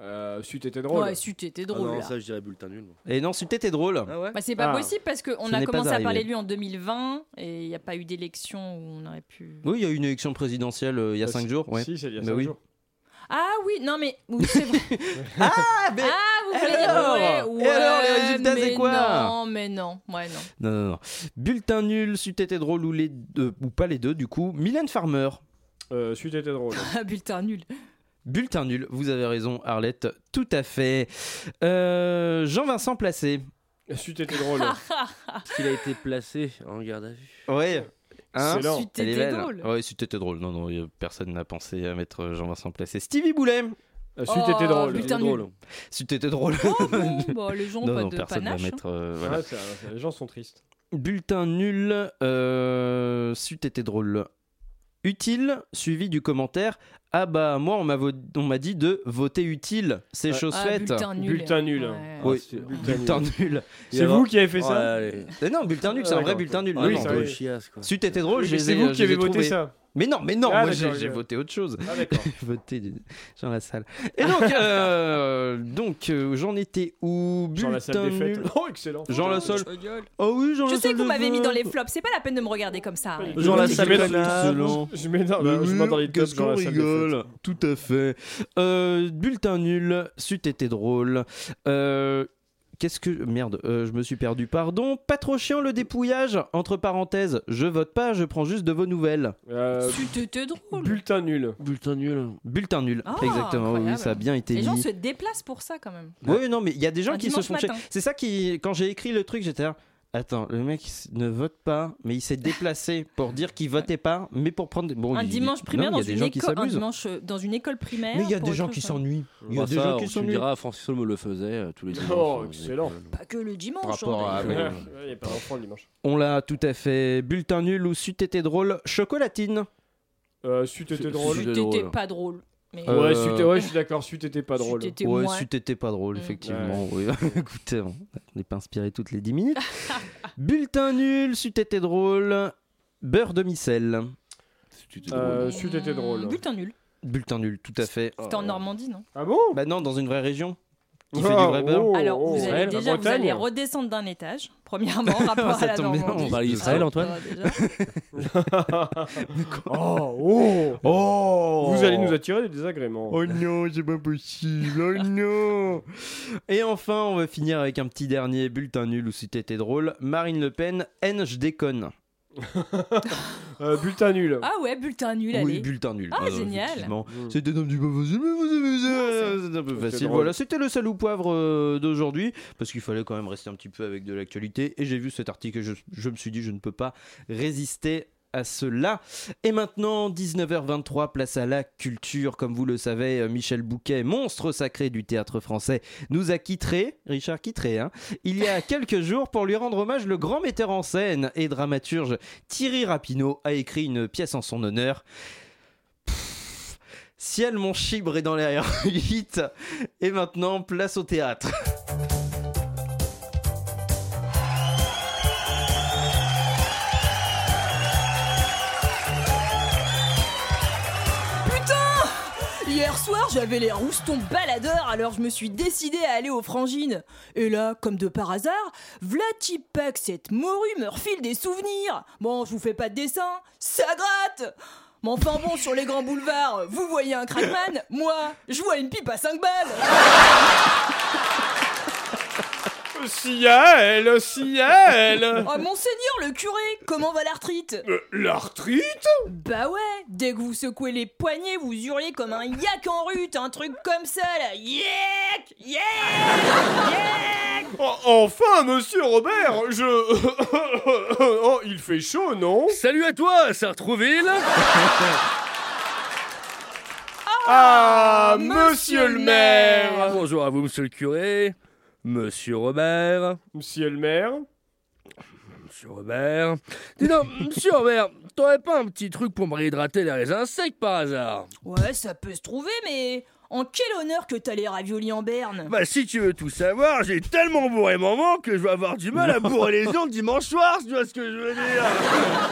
Speaker 3: Euh, c'eût été
Speaker 12: drôle. Ouais, c'eût été drôle, Ah non, là. ça,
Speaker 11: je dirais bulletin nul. Ah Et non, c'eût été drôle.
Speaker 12: Bah, c'est
Speaker 3: Ah.
Speaker 12: pas possible parce qu'on
Speaker 11: Ce
Speaker 12: a
Speaker 11: n'est pas
Speaker 12: commencé à
Speaker 11: arrivé.
Speaker 12: parler de lui en 2020 et il n'y a pas eu d'élection où on aurait pu.
Speaker 11: Oui, il y a eu une élection présidentielle euh, il y a
Speaker 3: Ah,
Speaker 11: 5
Speaker 3: si-
Speaker 11: jours. ouais.
Speaker 3: si, c'est il y a
Speaker 11: Bah
Speaker 3: cinq
Speaker 11: oui.
Speaker 3: jours.
Speaker 12: Ah oui, non mais. oui, c'est vrai.
Speaker 11: ah,
Speaker 12: ah oui,
Speaker 11: alors
Speaker 12: Ouais,
Speaker 11: Et alors, les
Speaker 12: ouais,
Speaker 11: résultats, c'est
Speaker 12: mais
Speaker 11: quoi
Speaker 12: Non, mais non, ouais, non.
Speaker 11: Non, non, non. Bulletin nul, c'eût été drôle ou, les deux, ou pas les deux, du coup. Mylène Farmer.
Speaker 3: Euh, c'eût été drôle.
Speaker 12: Ah, bulletin nul.
Speaker 11: Bulletin nul, vous avez raison, Arlette, tout à fait. Euh, Jean-Vincent Placé.
Speaker 3: C'eût été drôle.
Speaker 1: S'il a été placé en garde à vue.
Speaker 11: Ouais.
Speaker 1: Excellent. C'eût
Speaker 11: Hein Elle est
Speaker 1: été
Speaker 11: belle.
Speaker 1: drôle.
Speaker 11: Ouais, c'eût été drôle. Non, non, y a- personne n'a pensé à mettre euh, Jean-Vincent Placé. Stevie Boulet.
Speaker 3: Euh, c'eût Oh, été drôle. putain, nul.
Speaker 11: C'eût été drôle.
Speaker 12: bah, les gens ont
Speaker 11: non,
Speaker 12: pas
Speaker 11: non,
Speaker 12: de
Speaker 11: personne va
Speaker 12: panache, hein.
Speaker 11: mettre. euh, voilà.
Speaker 3: Ah, ça- ça- les gens sont tristes.
Speaker 11: Bulletin nul, euh, c'eût été drôle. Utile, suivi du commentaire. Ah bah moi on m'a vo- on m'a dit de voter utile, c'est
Speaker 3: Ouais.
Speaker 11: chose
Speaker 3: Ah,
Speaker 11: faite.
Speaker 3: bulletin nul. Bulletin nul. Ouais.
Speaker 11: Oui,
Speaker 3: Ah, c'est-
Speaker 11: bulletin
Speaker 3: bulletin
Speaker 11: nul.
Speaker 3: nul. C'est vous qui avez fait ça
Speaker 11: Ouais, allez. Mais non, bulletin nul, c'est
Speaker 3: Ah,
Speaker 11: un vrai
Speaker 3: d'accord.
Speaker 11: bulletin nul.
Speaker 3: Ah,
Speaker 11: Non,
Speaker 3: oui,
Speaker 11: non,
Speaker 3: c'est vrai.
Speaker 11: de chiasse, quoi. C'eût été drôle,
Speaker 3: Oui, mais
Speaker 11: je les
Speaker 3: c'est
Speaker 11: ai-
Speaker 3: vous
Speaker 11: je
Speaker 3: qui
Speaker 11: les
Speaker 3: avez
Speaker 11: ai
Speaker 3: voté
Speaker 11: trouvés.
Speaker 3: ça.
Speaker 11: Mais non, mais non,
Speaker 3: Ah,
Speaker 11: moi j'ai
Speaker 3: d'accord,
Speaker 11: j'ai
Speaker 3: ok.
Speaker 11: voté autre chose.
Speaker 3: Ah, d'accord.
Speaker 11: J'ai voté du- Jean Lassalle. Et donc, euh, donc euh, j'en étais où
Speaker 3: Jean Lassalle
Speaker 11: Bulletin
Speaker 3: défaite.
Speaker 11: nul.
Speaker 3: Oh, excellent.
Speaker 11: Jean Lassalle.
Speaker 3: Ta gueule.
Speaker 11: Oh oui, Jean
Speaker 12: Je sais
Speaker 11: Lassalle
Speaker 12: que vous m'avez mis dans les
Speaker 11: défaite.
Speaker 12: flops, c'est pas la peine de me regarder comme ça. arrête.
Speaker 11: Jean Lassalle
Speaker 3: mets dans-
Speaker 11: défaite.
Speaker 3: Excellent. je mets dans- je mets dans les tops
Speaker 11: Qu'est-ce
Speaker 3: Jean
Speaker 11: qu'on
Speaker 3: Lassalle
Speaker 11: rigole Tout à fait. Euh, bulletin nul, c'eût été drôle. Euh, Qu'est-ce que. Merde, euh, je me suis perdu, pardon. Pas trop chiant le dépouillage Entre parenthèses, je vote pas, je prends juste de vos nouvelles.
Speaker 12: C'eût été drôle.
Speaker 3: Euh, Bulletin nul.
Speaker 11: Bulletin nul. Bulletin nul,
Speaker 12: Ah,
Speaker 11: exactement, oui,
Speaker 12: incroyable.
Speaker 11: ça a bien été
Speaker 12: Les
Speaker 11: mis.
Speaker 12: gens se déplacent pour ça quand même.
Speaker 11: Oui, non, mais il y a des gens
Speaker 12: Un
Speaker 11: qui se
Speaker 12: dimanche
Speaker 11: font chier.
Speaker 12: matin.
Speaker 11: C'est ça qui. Quand j'ai écrit le truc, j'étais là. Attends, le mec s- ne vote pas, mais il s'est déplacé pour dire qu'il votait pas, mais pour prendre. Bon,
Speaker 12: un
Speaker 11: il-
Speaker 12: dimanche
Speaker 11: non, il
Speaker 12: primaire
Speaker 11: y a
Speaker 12: dans,
Speaker 11: des
Speaker 12: une
Speaker 11: gens qui
Speaker 12: école, un
Speaker 11: s'amusent.
Speaker 12: dimanche, euh, dans une école primaire.
Speaker 11: Mais il y a
Speaker 12: pour
Speaker 11: des
Speaker 12: autre
Speaker 11: gens qui
Speaker 12: chose.
Speaker 11: s'ennuient. Il y a
Speaker 1: Bah
Speaker 11: des
Speaker 1: ça,
Speaker 11: gens
Speaker 1: on-
Speaker 11: qui
Speaker 1: Tu me
Speaker 11: s'ennuient.
Speaker 1: diras, Francis Holm le faisait euh, tous les dimanches.
Speaker 3: Oh,
Speaker 1: euh,
Speaker 3: excellent.
Speaker 12: Pas que le dimanche.
Speaker 1: Par rapport
Speaker 12: hein,
Speaker 1: à-
Speaker 12: d'ailleurs.
Speaker 1: ouais.
Speaker 3: Il n'y a pas d'enfant le dimanche.
Speaker 11: On l'a tout à fait. Bulletin nul ou c'eût été drôle. Chocolatine.
Speaker 3: Euh, c'eût été drôle.
Speaker 11: C'eût été
Speaker 12: T'étais pas drôle. Mais...
Speaker 11: Euh,
Speaker 3: Ouais, c'eût- ouais, je suis d'accord, c'eût été pas drôle.
Speaker 12: été
Speaker 11: ouais,
Speaker 12: moins. Mm.
Speaker 11: c'eût été pas drôle, effectivement. oui. Écoutez, on n'est pas inspiré toutes les 10 minutes. Bulletin nul, c'eût été drôle. Beurre demi-sel.
Speaker 3: Euh, c'eût été
Speaker 11: Oh
Speaker 3: drôle.
Speaker 12: Bulletin nul.
Speaker 11: Bulletin nul, tout à fait.
Speaker 12: C'était Mm. en Normandie, non
Speaker 3: Ah bon
Speaker 11: Bah non, dans une vraie région. Qui
Speaker 3: Ah,
Speaker 11: fait du vrai beurre.
Speaker 3: oh,
Speaker 12: Alors, vous allez
Speaker 11: Israël, la
Speaker 12: déjà vous
Speaker 11: Bretagne.
Speaker 12: allez redescendre d'un étage, premièrement, rapport
Speaker 11: Ça
Speaker 12: à la
Speaker 11: tombe bien,
Speaker 12: Normandie.
Speaker 11: on parle d'Israël,
Speaker 12: Ah,
Speaker 11: Antoine.
Speaker 12: bah, déjà.
Speaker 3: Oh, oh,
Speaker 11: oh
Speaker 3: Vous allez nous attirer des désagréments.
Speaker 11: Oh non, c'est pas possible. Oh non. Et enfin, on va finir avec un petit dernier bulletin nul ou si t'étais drôle. Marine Le Pen, N, je déconne.
Speaker 3: Euh, bulletin nul.
Speaker 12: Ah ouais, bulletin nul, allez.
Speaker 11: Oui, bulletin nul.
Speaker 12: Ah,
Speaker 11: Euh,
Speaker 12: génial.
Speaker 11: effectivement. C'était un petit peu facile, mais vous avez- c'était un peu
Speaker 3: C'était
Speaker 11: facile.
Speaker 3: drôle.
Speaker 11: Voilà, c'était le sel ou poivre euh, d'aujourd'hui, parce qu'il fallait quand même rester un petit peu avec de l'actualité. Et j'ai vu cet article et je, je me suis dit, je ne peux pas résister à cela. Et maintenant, 19h23, place à la culture. Comme vous le savez, euh, Michel Bouquet, monstre sacré du théâtre français, nous a quittré, Richard Quittré, hein, il y a quelques jours pour lui rendre hommage. Le grand metteur en scène et dramaturge Thierry Rapineau a écrit une pièce en son honneur. Ciel, mon chibre est dans l'air 8. Et maintenant, place au théâtre.
Speaker 12: Putain Hier soir, j'avais les roustons baladeurs, alors je me suis décidé à aller aux frangines. Et là, comme de par hasard, Vlatipak, cette morue, me refile des souvenirs. Bon, je vous fais pas de dessin, ça gratte Mais enfin bon, sur les grands boulevards, vous voyez un crackman, moi, je vois une pipe à 5 balles
Speaker 3: Ciel, ciel
Speaker 12: Oh monseigneur le curé, comment va l'arthrite
Speaker 3: L'arthrite
Speaker 12: Bah ouais, dès que vous secouez les poignets, vous hurlez comme un yak en rut, un truc comme ça là. Yak Yak
Speaker 3: Enfin, monsieur Robert, je. oh, il fait chaud, non
Speaker 1: Salut à toi, Sartrouville
Speaker 3: Ah, monsieur le maire
Speaker 1: Bonjour à vous, monsieur le curé, monsieur Robert.
Speaker 3: Monsieur le maire
Speaker 1: Monsieur Robert. Dis donc, monsieur Robert, t'aurais pas un petit truc pour me réhydrater les raisins secs par hasard
Speaker 12: Ouais, ça peut se trouver, mais en quel honneur que t'as les raviolis en berne
Speaker 1: Bah si tu veux tout savoir, j'ai tellement bourré maman que je vais avoir du mal à bourrer les gens dimanche soir, tu vois ce que je veux dire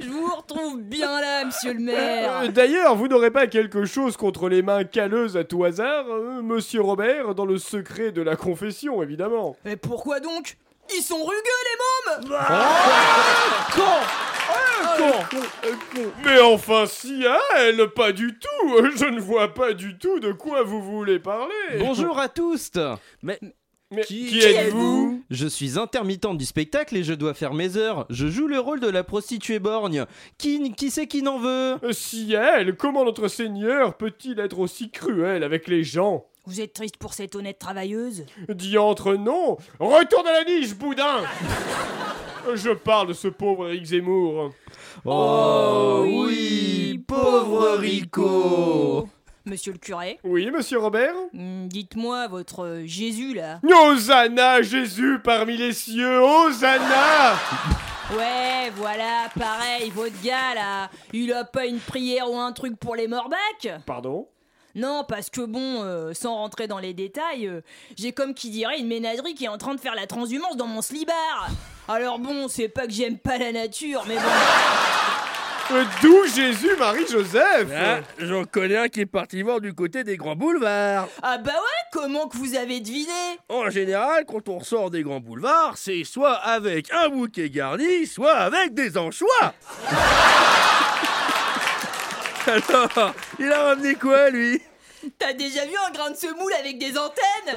Speaker 12: Je vous retrouve bien là, monsieur le maire
Speaker 3: Euh, D'ailleurs, vous n'aurez pas quelque chose contre les mains calleuses à tout hasard,
Speaker 2: hein,
Speaker 3: euh, monsieur Robert, dans le secret de la confession, évidemment.
Speaker 12: Mais pourquoi donc Ils sont rugueux, les mômes
Speaker 3: Ah, con Ah, con. Euh, con. Mais
Speaker 2: Mais enfin, si, hein, elle, pas du tout. Je ne vois pas du tout de quoi vous voulez parler.
Speaker 11: Bonjour à tous
Speaker 1: Mais,
Speaker 2: qui,
Speaker 11: Qui êtes-vous Je suis intermittent du spectacle et je dois faire mes heures. Je joue le rôle de la prostituée borgne. Qui, qui c'est qui n'en veut
Speaker 2: Euh, Si elle, comment notre Seigneur peut-il être aussi cruel avec les gens
Speaker 12: Vous êtes triste pour cette honnête travailleuse
Speaker 2: Diantre non Retourne à la niche, boudin Je parle de ce pauvre Eric Zemmour.
Speaker 11: Oh oui, pauvre
Speaker 2: Rico
Speaker 12: Monsieur le curé
Speaker 2: Oui, monsieur Robert
Speaker 12: Hmm, Dites-moi, votre euh, Jésus, là.
Speaker 2: Hosanna, Jésus parmi les cieux, Hosanna
Speaker 12: Ouais, voilà, pareil, votre gars, là. Il a pas une prière ou un truc pour les morbacs
Speaker 2: Pardon
Speaker 12: Non, parce que bon, euh, sans rentrer dans les détails, euh, j'ai comme qui dirait une ménagerie qui est en train de faire la transhumance dans mon slibard. Alors bon, c'est pas que j'aime pas la nature, mais bon.
Speaker 2: Euh, D'où Jésus, Marie, Joseph
Speaker 1: Ah, J'en connais un qui est parti voir du côté des grands boulevards.
Speaker 12: Ah bah ouais, comment que vous avez deviné
Speaker 1: En général, quand on ressort des grands boulevards, c'est soit avec un bouquet garni, soit avec des anchois. Alors, il a ramené quoi, lui
Speaker 12: T'as déjà vu un grain de semoule avec des antennes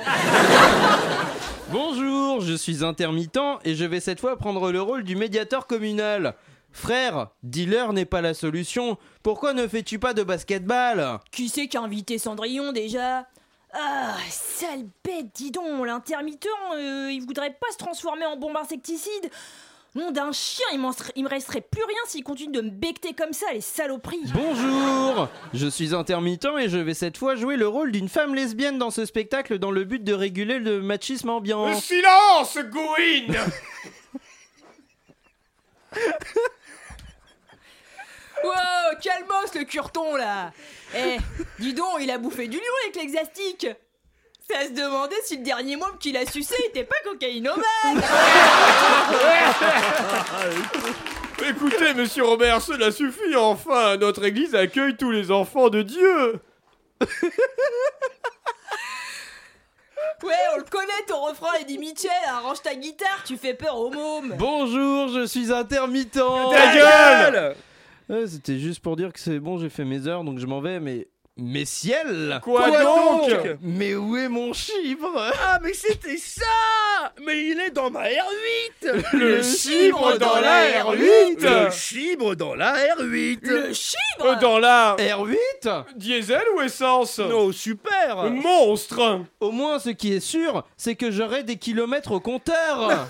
Speaker 11: Bonjour, je suis intermittent et je vais cette fois prendre le rôle du médiateur communal. Frère, dealer n'est pas la solution. Pourquoi ne fais-tu pas de basketball
Speaker 12: Qui c'est qui a invité Cendrillon déjà Ah, sale bête, dis donc, l'intermittent, euh, il voudrait pas se transformer en bombe insecticide Nom d'un chien, il, m'en serait- il me resterait plus rien s'il continue de me becter comme ça, les saloperies
Speaker 11: Bonjour Je suis intermittent et je vais cette fois jouer le rôle d'une femme lesbienne dans ce spectacle dans le but de réguler le machisme ambiant.
Speaker 2: Silence, Gouine
Speaker 12: Wow, calmos le curton là Eh, dis donc, il a bouffé du lion avec l'exastique Ça se demandait si le dernier môme qu'il a sucé était pas cocaïnomane
Speaker 2: Écoutez, monsieur Robert, cela suffit enfin. Notre église accueille tous les enfants de Dieu.
Speaker 12: Ouais, on le connaît ton refrain, Eddie Mitchell, arrange ta guitare, tu fais peur aux mômes
Speaker 11: Bonjour, je suis intermittent
Speaker 2: Ta gueule
Speaker 11: Ouais, C'était juste pour dire que c'est bon, j'ai fait mes heures donc je m'en vais, mais. Mais ciel
Speaker 2: Quoi donc
Speaker 11: Mais où est mon chiffre
Speaker 1: Ah, mais c'était ça Mais il est dans ma R8
Speaker 2: Le chibre dans la R8.
Speaker 1: Le chibre dans la R8
Speaker 12: Le
Speaker 2: Euh,
Speaker 12: chibre
Speaker 2: dans la
Speaker 11: R8
Speaker 2: diesel ou essence
Speaker 1: Oh, super
Speaker 2: Monstre
Speaker 11: Au moins, ce qui est sûr, c'est que j'aurai des kilomètres au compteur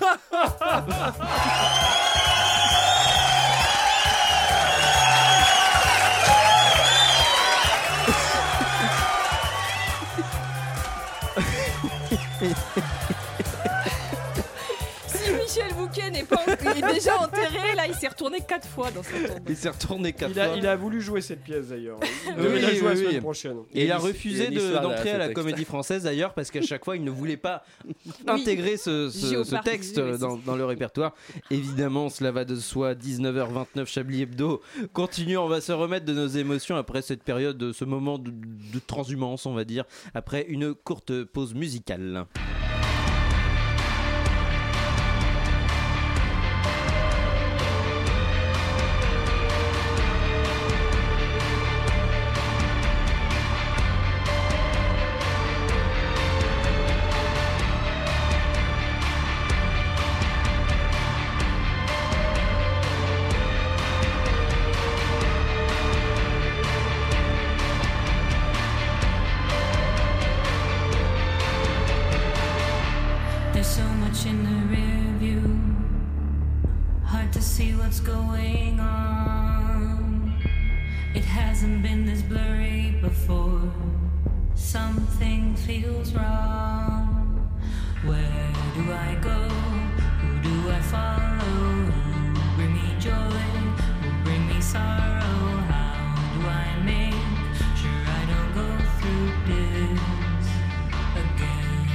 Speaker 14: Si Michel Bouquet n'est pas est déjà enterré, là il s'est retourné quatre fois dans sa tombe.
Speaker 11: Il s'est retourné quatre
Speaker 2: il a,
Speaker 11: fois.
Speaker 2: il a voulu jouer cette pièce d'ailleurs. Il
Speaker 11: Oui,
Speaker 2: devait la jouer la
Speaker 11: oui,
Speaker 2: semaine
Speaker 11: oui.
Speaker 2: prochaine.
Speaker 11: Et il a
Speaker 1: Yannis-
Speaker 11: refusé
Speaker 1: Yannis
Speaker 11: de-
Speaker 1: Sarda,
Speaker 11: d'entrer à
Speaker 1: ce
Speaker 11: la
Speaker 1: texte.
Speaker 11: comédie française d'ailleurs parce qu'à chaque fois il ne voulait pas intégrer ce, ce-
Speaker 14: J'ai au
Speaker 11: ce
Speaker 14: parc,
Speaker 11: texte
Speaker 14: oui, oui,
Speaker 11: dans, dans le répertoire. Évidemment, cela va de soi. 19h29, Chablis Hebdo. Continue, on va se remettre de nos émotions après cette période, de- ce moment de, de transhumance, on va dire, après une courte pause musicale.
Speaker 15: There's so much in the rear view. Hard to see what's going on. It hasn't been this blurry before. Something feels wrong. Where do I go? Who do I follow? Who bring me joy? Who bring me sorrow? How do I make sure I don't go through this again?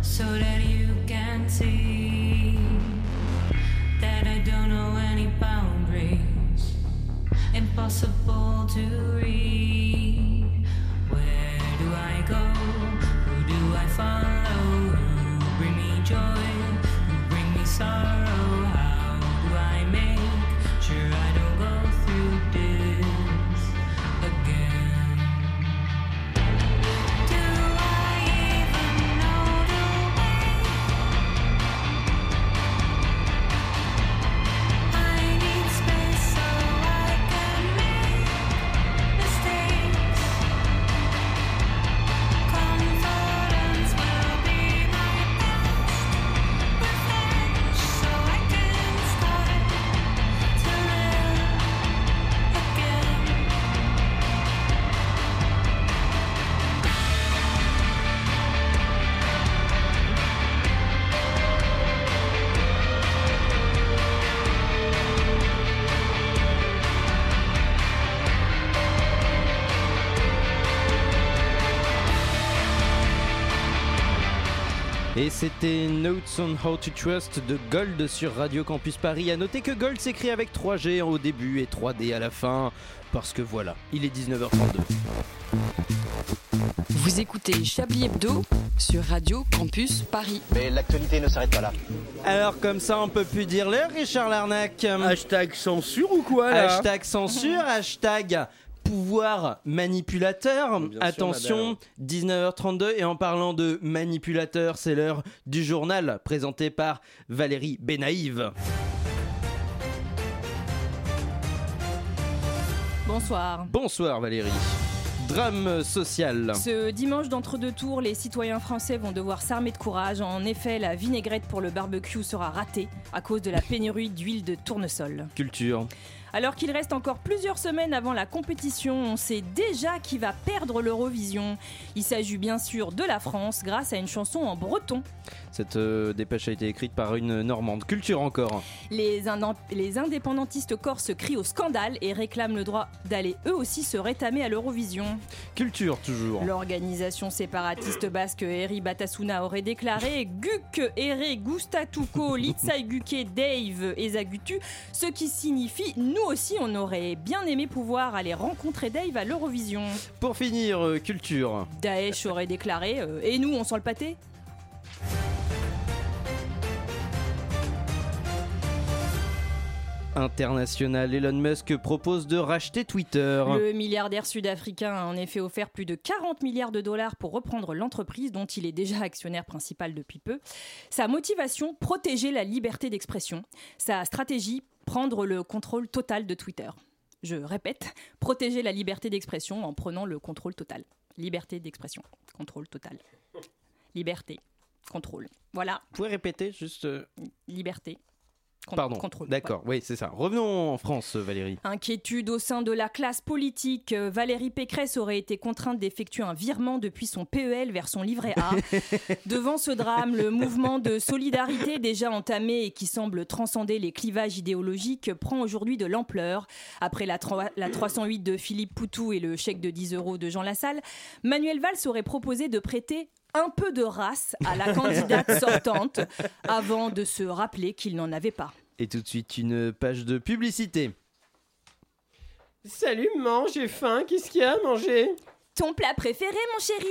Speaker 15: so that you can see that I don't know any boundaries, impossible to read. Where do I go? Who do I follow? Who bring me joy? Who bring me sorrow? How do I make sure I don't go through this again? Do I even know the way? I need space so I can make mistakes. Confidence will be my best revenge, so I can start to live again.
Speaker 11: Et c'était Notes on How to Trust de Gold sur Radio Campus Paris. À noter que Gold s'écrit avec 3G au début et 3D à la fin, parce que voilà, il est 19h32.
Speaker 9: Vous écoutez Chablis Hebdo sur Radio Campus Paris.
Speaker 5: Mais l'actualité ne s'arrête pas là.
Speaker 11: Alors comme ça on peut plus dire l'heure Richard Larnac.
Speaker 1: Hashtag censure ou quoi là
Speaker 11: Hashtag censure, hashtag pouvoir manipulateur.
Speaker 1: sûr,
Speaker 11: Attention, 19h32 et en parlant de manipulateur, c'est l'heure du journal présenté par Valérie Benaïve.
Speaker 12: Bonsoir.
Speaker 11: Bonsoir Valérie. Drame social.
Speaker 12: Ce dimanche d'entre-deux tours, les citoyens français vont devoir s'armer de courage. En effet, la vinaigrette pour le barbecue sera ratée à cause de la pénurie d'huile de tournesol.
Speaker 11: Culture.
Speaker 12: Alors qu'il reste encore plusieurs semaines avant la compétition, on sait déjà qui va perdre l'Eurovision. Il s'agit bien sûr de la France grâce à une chanson en breton.
Speaker 11: Cette euh, dépêche a été écrite par une Normande. Culture encore.
Speaker 12: Les, indép- les indépendantistes corses crient au scandale et réclament le droit d'aller eux aussi se rétamer à l'Eurovision.
Speaker 11: Culture toujours.
Speaker 12: L'organisation séparatiste basque Eri Batasuna aurait déclaré Guk Ere Gustatuko Litsaiguke Dave Ezagutu, ce qui signifie nous aussi on aurait bien aimé pouvoir aller rencontrer Dave à l'Eurovision.
Speaker 11: Pour finir, euh, culture.
Speaker 12: Daesh aurait déclaré euh, Et nous on sent le pâté
Speaker 11: International, Elon Musk propose de racheter Twitter.
Speaker 12: Le milliardaire sud-africain a en effet offert plus de 40 milliards de dollars pour reprendre l'entreprise dont il est déjà actionnaire principal depuis peu. Sa motivation, protéger la liberté d'expression. Sa stratégie, prendre le contrôle total de Twitter. Je répète, protéger la liberté d'expression en prenant le contrôle total. Liberté d'expression, contrôle total. Liberté, contrôle. Voilà,
Speaker 11: Vous pouvez répéter juste. euh,
Speaker 12: liberté. con-
Speaker 11: Pardon.
Speaker 12: Contrôle.
Speaker 11: D'accord, oui, c'est ça. Revenons en France, Valérie.
Speaker 12: Inquiétude au sein de la classe politique. Euh, Valérie Pécresse aurait été contrainte d'effectuer un virement depuis son PEL vers son livret A. Devant ce drame, le mouvement de solidarité déjà entamé et qui semble transcender les clivages idéologiques prend aujourd'hui de l'ampleur. Après la, troi- la 308 de Philippe Poutou et le chèque de 10 euros de Jean Lassalle, Manuel Valls aurait proposé de prêter un peu de race à la candidate sortante avant de se rappeler qu'il n'en avait pas.
Speaker 11: Et tout de suite, une page de publicité.
Speaker 3: Salut, maman, j'ai faim. Qu'est-ce qu'il y a à manger
Speaker 12: Ton plat préféré, mon chéri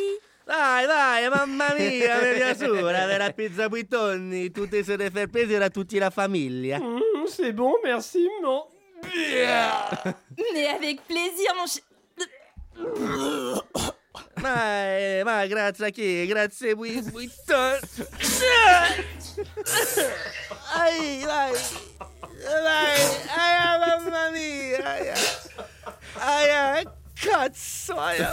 Speaker 14: Dai, dai, mamma mia, la mia sura, della pizza Buitoni, tu ti sei de faire plaisir a tutti la famiglia.
Speaker 3: Mm, C'est bon, merci, maman.
Speaker 12: Mais avec plaisir, mon chéri.
Speaker 14: Ma, eh, ma, grazie a chi? Grazie Bui- Buitoni. Ai, vai, vai, ai, mamma mia, ai, ai, ai, cazzo, ai, ai,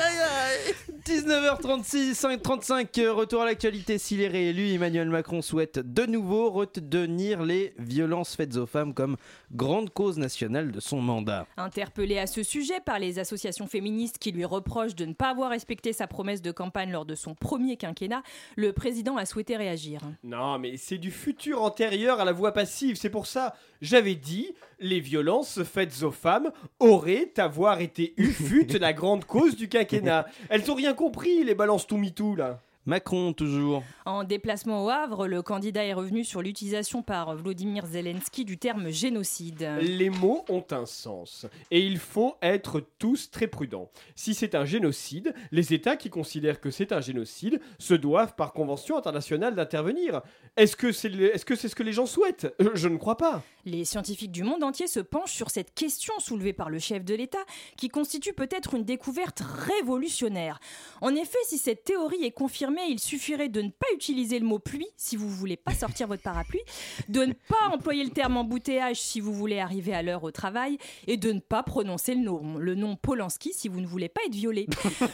Speaker 14: ai,
Speaker 11: 19h36, 5h35, euh, retour à l'actualité. S'il est réélu, Emmanuel Macron souhaite de nouveau retenir les violences faites aux femmes comme grande cause nationale de son mandat.
Speaker 12: Interpellée à ce sujet par les associations féministes qui lui reprochent de ne pas avoir respecté sa promesse de campagne lors de son premier quinquennat, le président a souhaité réagir.
Speaker 3: Non, mais c'est du futur antérieur à la voie passive, c'est pour ça. J'avais dit, les violences faites aux femmes auraient avoir été ufute la grande cause du quinquennat. Elles ont rien compris, les balances tout mitou là.
Speaker 11: Macron, toujours.
Speaker 12: En déplacement au Havre, le candidat est revenu sur l'utilisation par Vladimir Zelensky du terme génocide.
Speaker 3: Les mots ont un sens et il faut être tous très prudents. Si c'est un génocide, les États qui considèrent que c'est un génocide se doivent par convention internationale d'intervenir. Est-ce que c'est est -ce, c'est ce que les gens souhaitent Euh, je ne crois pas.
Speaker 12: Les scientifiques du monde entier se penchent sur cette question soulevée par le chef de l'État, qui constitue peut-être une découverte révolutionnaire. En effet, si cette théorie est confirmée, il suffirait de ne pas utiliser le mot pluie si vous voulez pas sortir votre parapluie, de ne pas employer le terme embouteillage si vous voulez arriver à l'heure au travail, et de ne pas prononcer le nom, le nom Polanski si vous ne voulez pas être violé.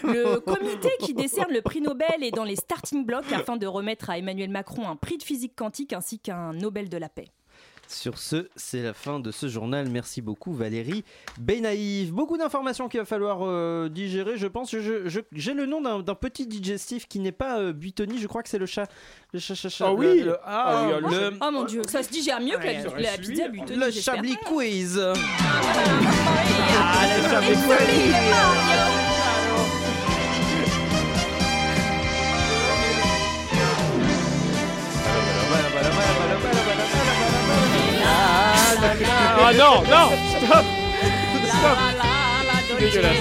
Speaker 12: Le comité qui décerne le prix Nobel est dans les starting blocks afin de remettre à Emmanuel Macron un prix de physique quantique ainsi qu'un Nobel de la paix.
Speaker 11: Sur ce, c'est la fin de ce journal. Merci beaucoup Valérie Benaïve. Beaucoup d'informations qu'il va falloir euh, digérer, je pense. Je- je- J'ai le nom d'un d'un petit digestif qui n'est pas euh, Buitoni, je crois que c'est le chat. Le chat, chat, chat.
Speaker 3: Ah
Speaker 11: le-
Speaker 3: oui.
Speaker 11: le-
Speaker 3: Ah oui, ah, le-
Speaker 11: le-
Speaker 12: Oh mon dieu, ça se digère mieux que la, la pizza buitonnée.
Speaker 11: Le
Speaker 12: j'espère.
Speaker 11: Chablis Quiz. Ah,
Speaker 3: Ah non, non, stop, stop. C'est dégueulasse.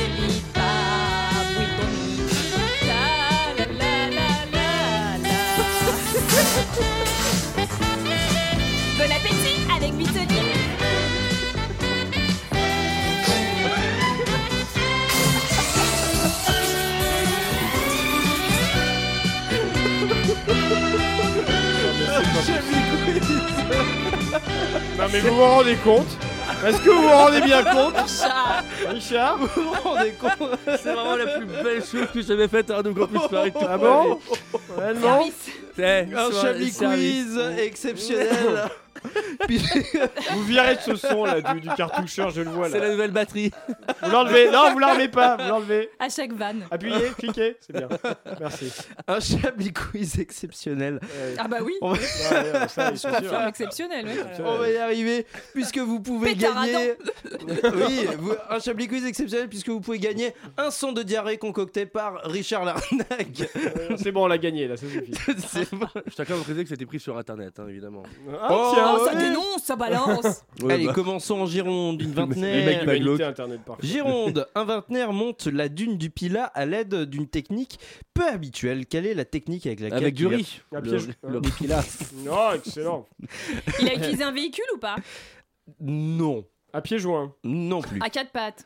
Speaker 12: Bon appétit avec Bitoni.
Speaker 3: Non mais vous vous rendez compte Est-ce que vous vous rendez bien compte Richard, vous
Speaker 12: Oh
Speaker 3: vous rendez compte
Speaker 1: C'est vraiment la plus belle chose que j'avais faite à Radio Campus Paris.
Speaker 3: Ah bon
Speaker 1: Vraiment C'est
Speaker 3: Eh,
Speaker 11: Un
Speaker 1: c'est-
Speaker 11: Chablis
Speaker 1: service.
Speaker 11: Quiz exceptionnel.
Speaker 3: Oh. Vous virez de ce son là du, du cartoucheur, je le vois là.
Speaker 1: C'est la nouvelle batterie.
Speaker 3: Vous l'enlevez, non vous l'enlevez pas, vous l'enlevez.
Speaker 12: À chaque vanne.
Speaker 3: Appuyez, cliquez, c'est bien. Merci.
Speaker 11: Un Chablis Quiz exceptionnel.
Speaker 12: Ah bah oui.
Speaker 11: On va-
Speaker 3: Ouais, ouais, ça, c'est sûr.
Speaker 12: Confirme exceptionnel. ouais.
Speaker 11: On va y arriver puisque vous pouvez
Speaker 12: Pétaradon.
Speaker 11: gagner. oui, vous- un Chablis Quiz exceptionnel puisque vous pouvez gagner un son de diarrhée concocté par Richard Larnac.
Speaker 3: C'est bon, on l'a gagné là, ça suffit.
Speaker 1: Je tiens quand même à préciser que c'était pris sur internet, hein, évidemment.
Speaker 3: Ah, tiens,
Speaker 12: Oh, ça
Speaker 3: ouais.
Speaker 12: dénonce, ça balance.
Speaker 1: Ouais,
Speaker 11: Allez,
Speaker 1: bah.
Speaker 11: commençons en Gironde, une
Speaker 3: Les mecs
Speaker 11: vingtaine.
Speaker 3: d'humanité internet par contre.
Speaker 11: Gironde, un vingtenaire monte la dune du Pila à l'aide d'une technique peu habituelle. Quelle est la technique avec laquelle
Speaker 1: Avec du
Speaker 11: il va-
Speaker 1: riz.
Speaker 3: Un
Speaker 1: Le-
Speaker 3: piège.
Speaker 1: le riz qu'il a.
Speaker 3: Non, excellent.
Speaker 12: Il a utilisé un véhicule ou pas
Speaker 11: Non,
Speaker 3: À pied joint.
Speaker 11: non plus.
Speaker 12: À quatre pattes.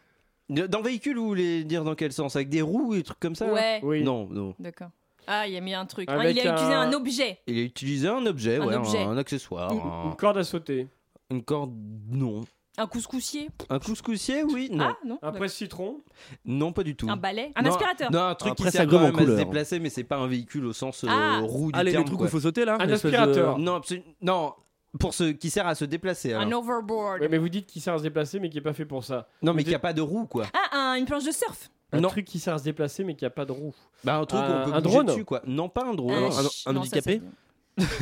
Speaker 11: Dans véhicule, vous voulez dire dans quel sens Avec des roues et des trucs comme ça là
Speaker 12: Ouais.
Speaker 3: Oui.
Speaker 11: Non, non.
Speaker 12: D'accord. Ah, il a mis un truc. Hein,
Speaker 3: Avec
Speaker 12: il a utilisé
Speaker 3: un-
Speaker 12: un objet.
Speaker 11: Il a utilisé un objet,
Speaker 12: Un
Speaker 11: ouais,
Speaker 12: objet.
Speaker 11: Un, accessoire,
Speaker 3: Une,
Speaker 11: un-
Speaker 3: une corde à sauter.
Speaker 11: une corde, non.
Speaker 12: Un couscoussier.
Speaker 11: Un couscoussier, oui, non.
Speaker 12: Ah non.
Speaker 3: Un
Speaker 12: d'accord.
Speaker 3: presse-citron.
Speaker 11: Non, pas du tout.
Speaker 12: Un balai. Un
Speaker 11: Non,
Speaker 12: aspirateur.
Speaker 11: Non, un truc
Speaker 1: Un
Speaker 11: qui sert quand
Speaker 1: presse-agrume en
Speaker 11: même à se
Speaker 1: couleur.
Speaker 11: déplacer, mais c'est pas un véhicule au sens euh,
Speaker 12: Ah.
Speaker 11: roue du
Speaker 1: Allez, les
Speaker 11: terme,
Speaker 1: trucs où
Speaker 11: quoi.
Speaker 1: il faut sauter là
Speaker 3: Un
Speaker 1: l'espèce de-
Speaker 3: aspirateur.
Speaker 11: Non, absolument. Non, pour ce qui sert à se déplacer. alors.
Speaker 12: Un overboard.
Speaker 3: Ouais, mais vous dites qu'il sert à se déplacer mais qui est pas fait pour ça.
Speaker 11: Non, mais
Speaker 3: Vous
Speaker 11: qu'il n'y a pas de roue, quoi.
Speaker 12: Ah, un- une planche de surf.
Speaker 3: Un
Speaker 11: Non.
Speaker 3: truc qui sert à se déplacer mais qui a pas de roue.
Speaker 11: Bah, un truc qu'on
Speaker 3: Un-
Speaker 11: peut
Speaker 3: Euh,
Speaker 11: bouger
Speaker 3: un drone
Speaker 11: dessus, quoi. Non, pas un drone.
Speaker 12: Euh,
Speaker 11: Un-
Speaker 12: ch-
Speaker 1: un
Speaker 12: non, ça,
Speaker 1: handicapé
Speaker 12: c'est-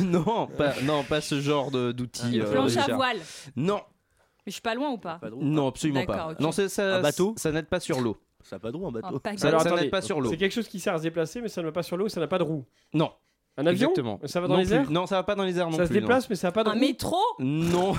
Speaker 11: non, pas, non, pas ce genre de- d'outil.
Speaker 12: Une
Speaker 11: euh,
Speaker 12: planche à
Speaker 11: Richard.
Speaker 12: voile.
Speaker 11: Non,
Speaker 12: Mais je suis pas loin ou pas
Speaker 1: Pas de roue,
Speaker 11: non, absolument pas.
Speaker 12: Ah, D'accord, ok.
Speaker 11: Non, c'est- ça,
Speaker 1: Un bateau
Speaker 11: ça n'aide pas sur l'eau.
Speaker 1: Ça a pas de roue un
Speaker 12: Un
Speaker 1: bateau.
Speaker 12: paquet.
Speaker 11: Ça,
Speaker 3: Alors,
Speaker 11: ça
Speaker 3: attendez.
Speaker 11: n'aide pas sur l'eau.
Speaker 3: C'est quelque chose qui sert à se déplacer mais ça ne va pas sur l'eau et ça n'a pas de roue.
Speaker 11: Non.
Speaker 3: Un avion
Speaker 11: Exactement.
Speaker 3: Ça va dans
Speaker 11: Non
Speaker 3: les
Speaker 11: plus.
Speaker 3: airs
Speaker 11: Non, ça va pas dans les airs non
Speaker 3: Ça se
Speaker 11: plus. non.
Speaker 3: déplace mais ça n'a pas de
Speaker 12: Un
Speaker 3: roue.
Speaker 12: métro
Speaker 11: Non.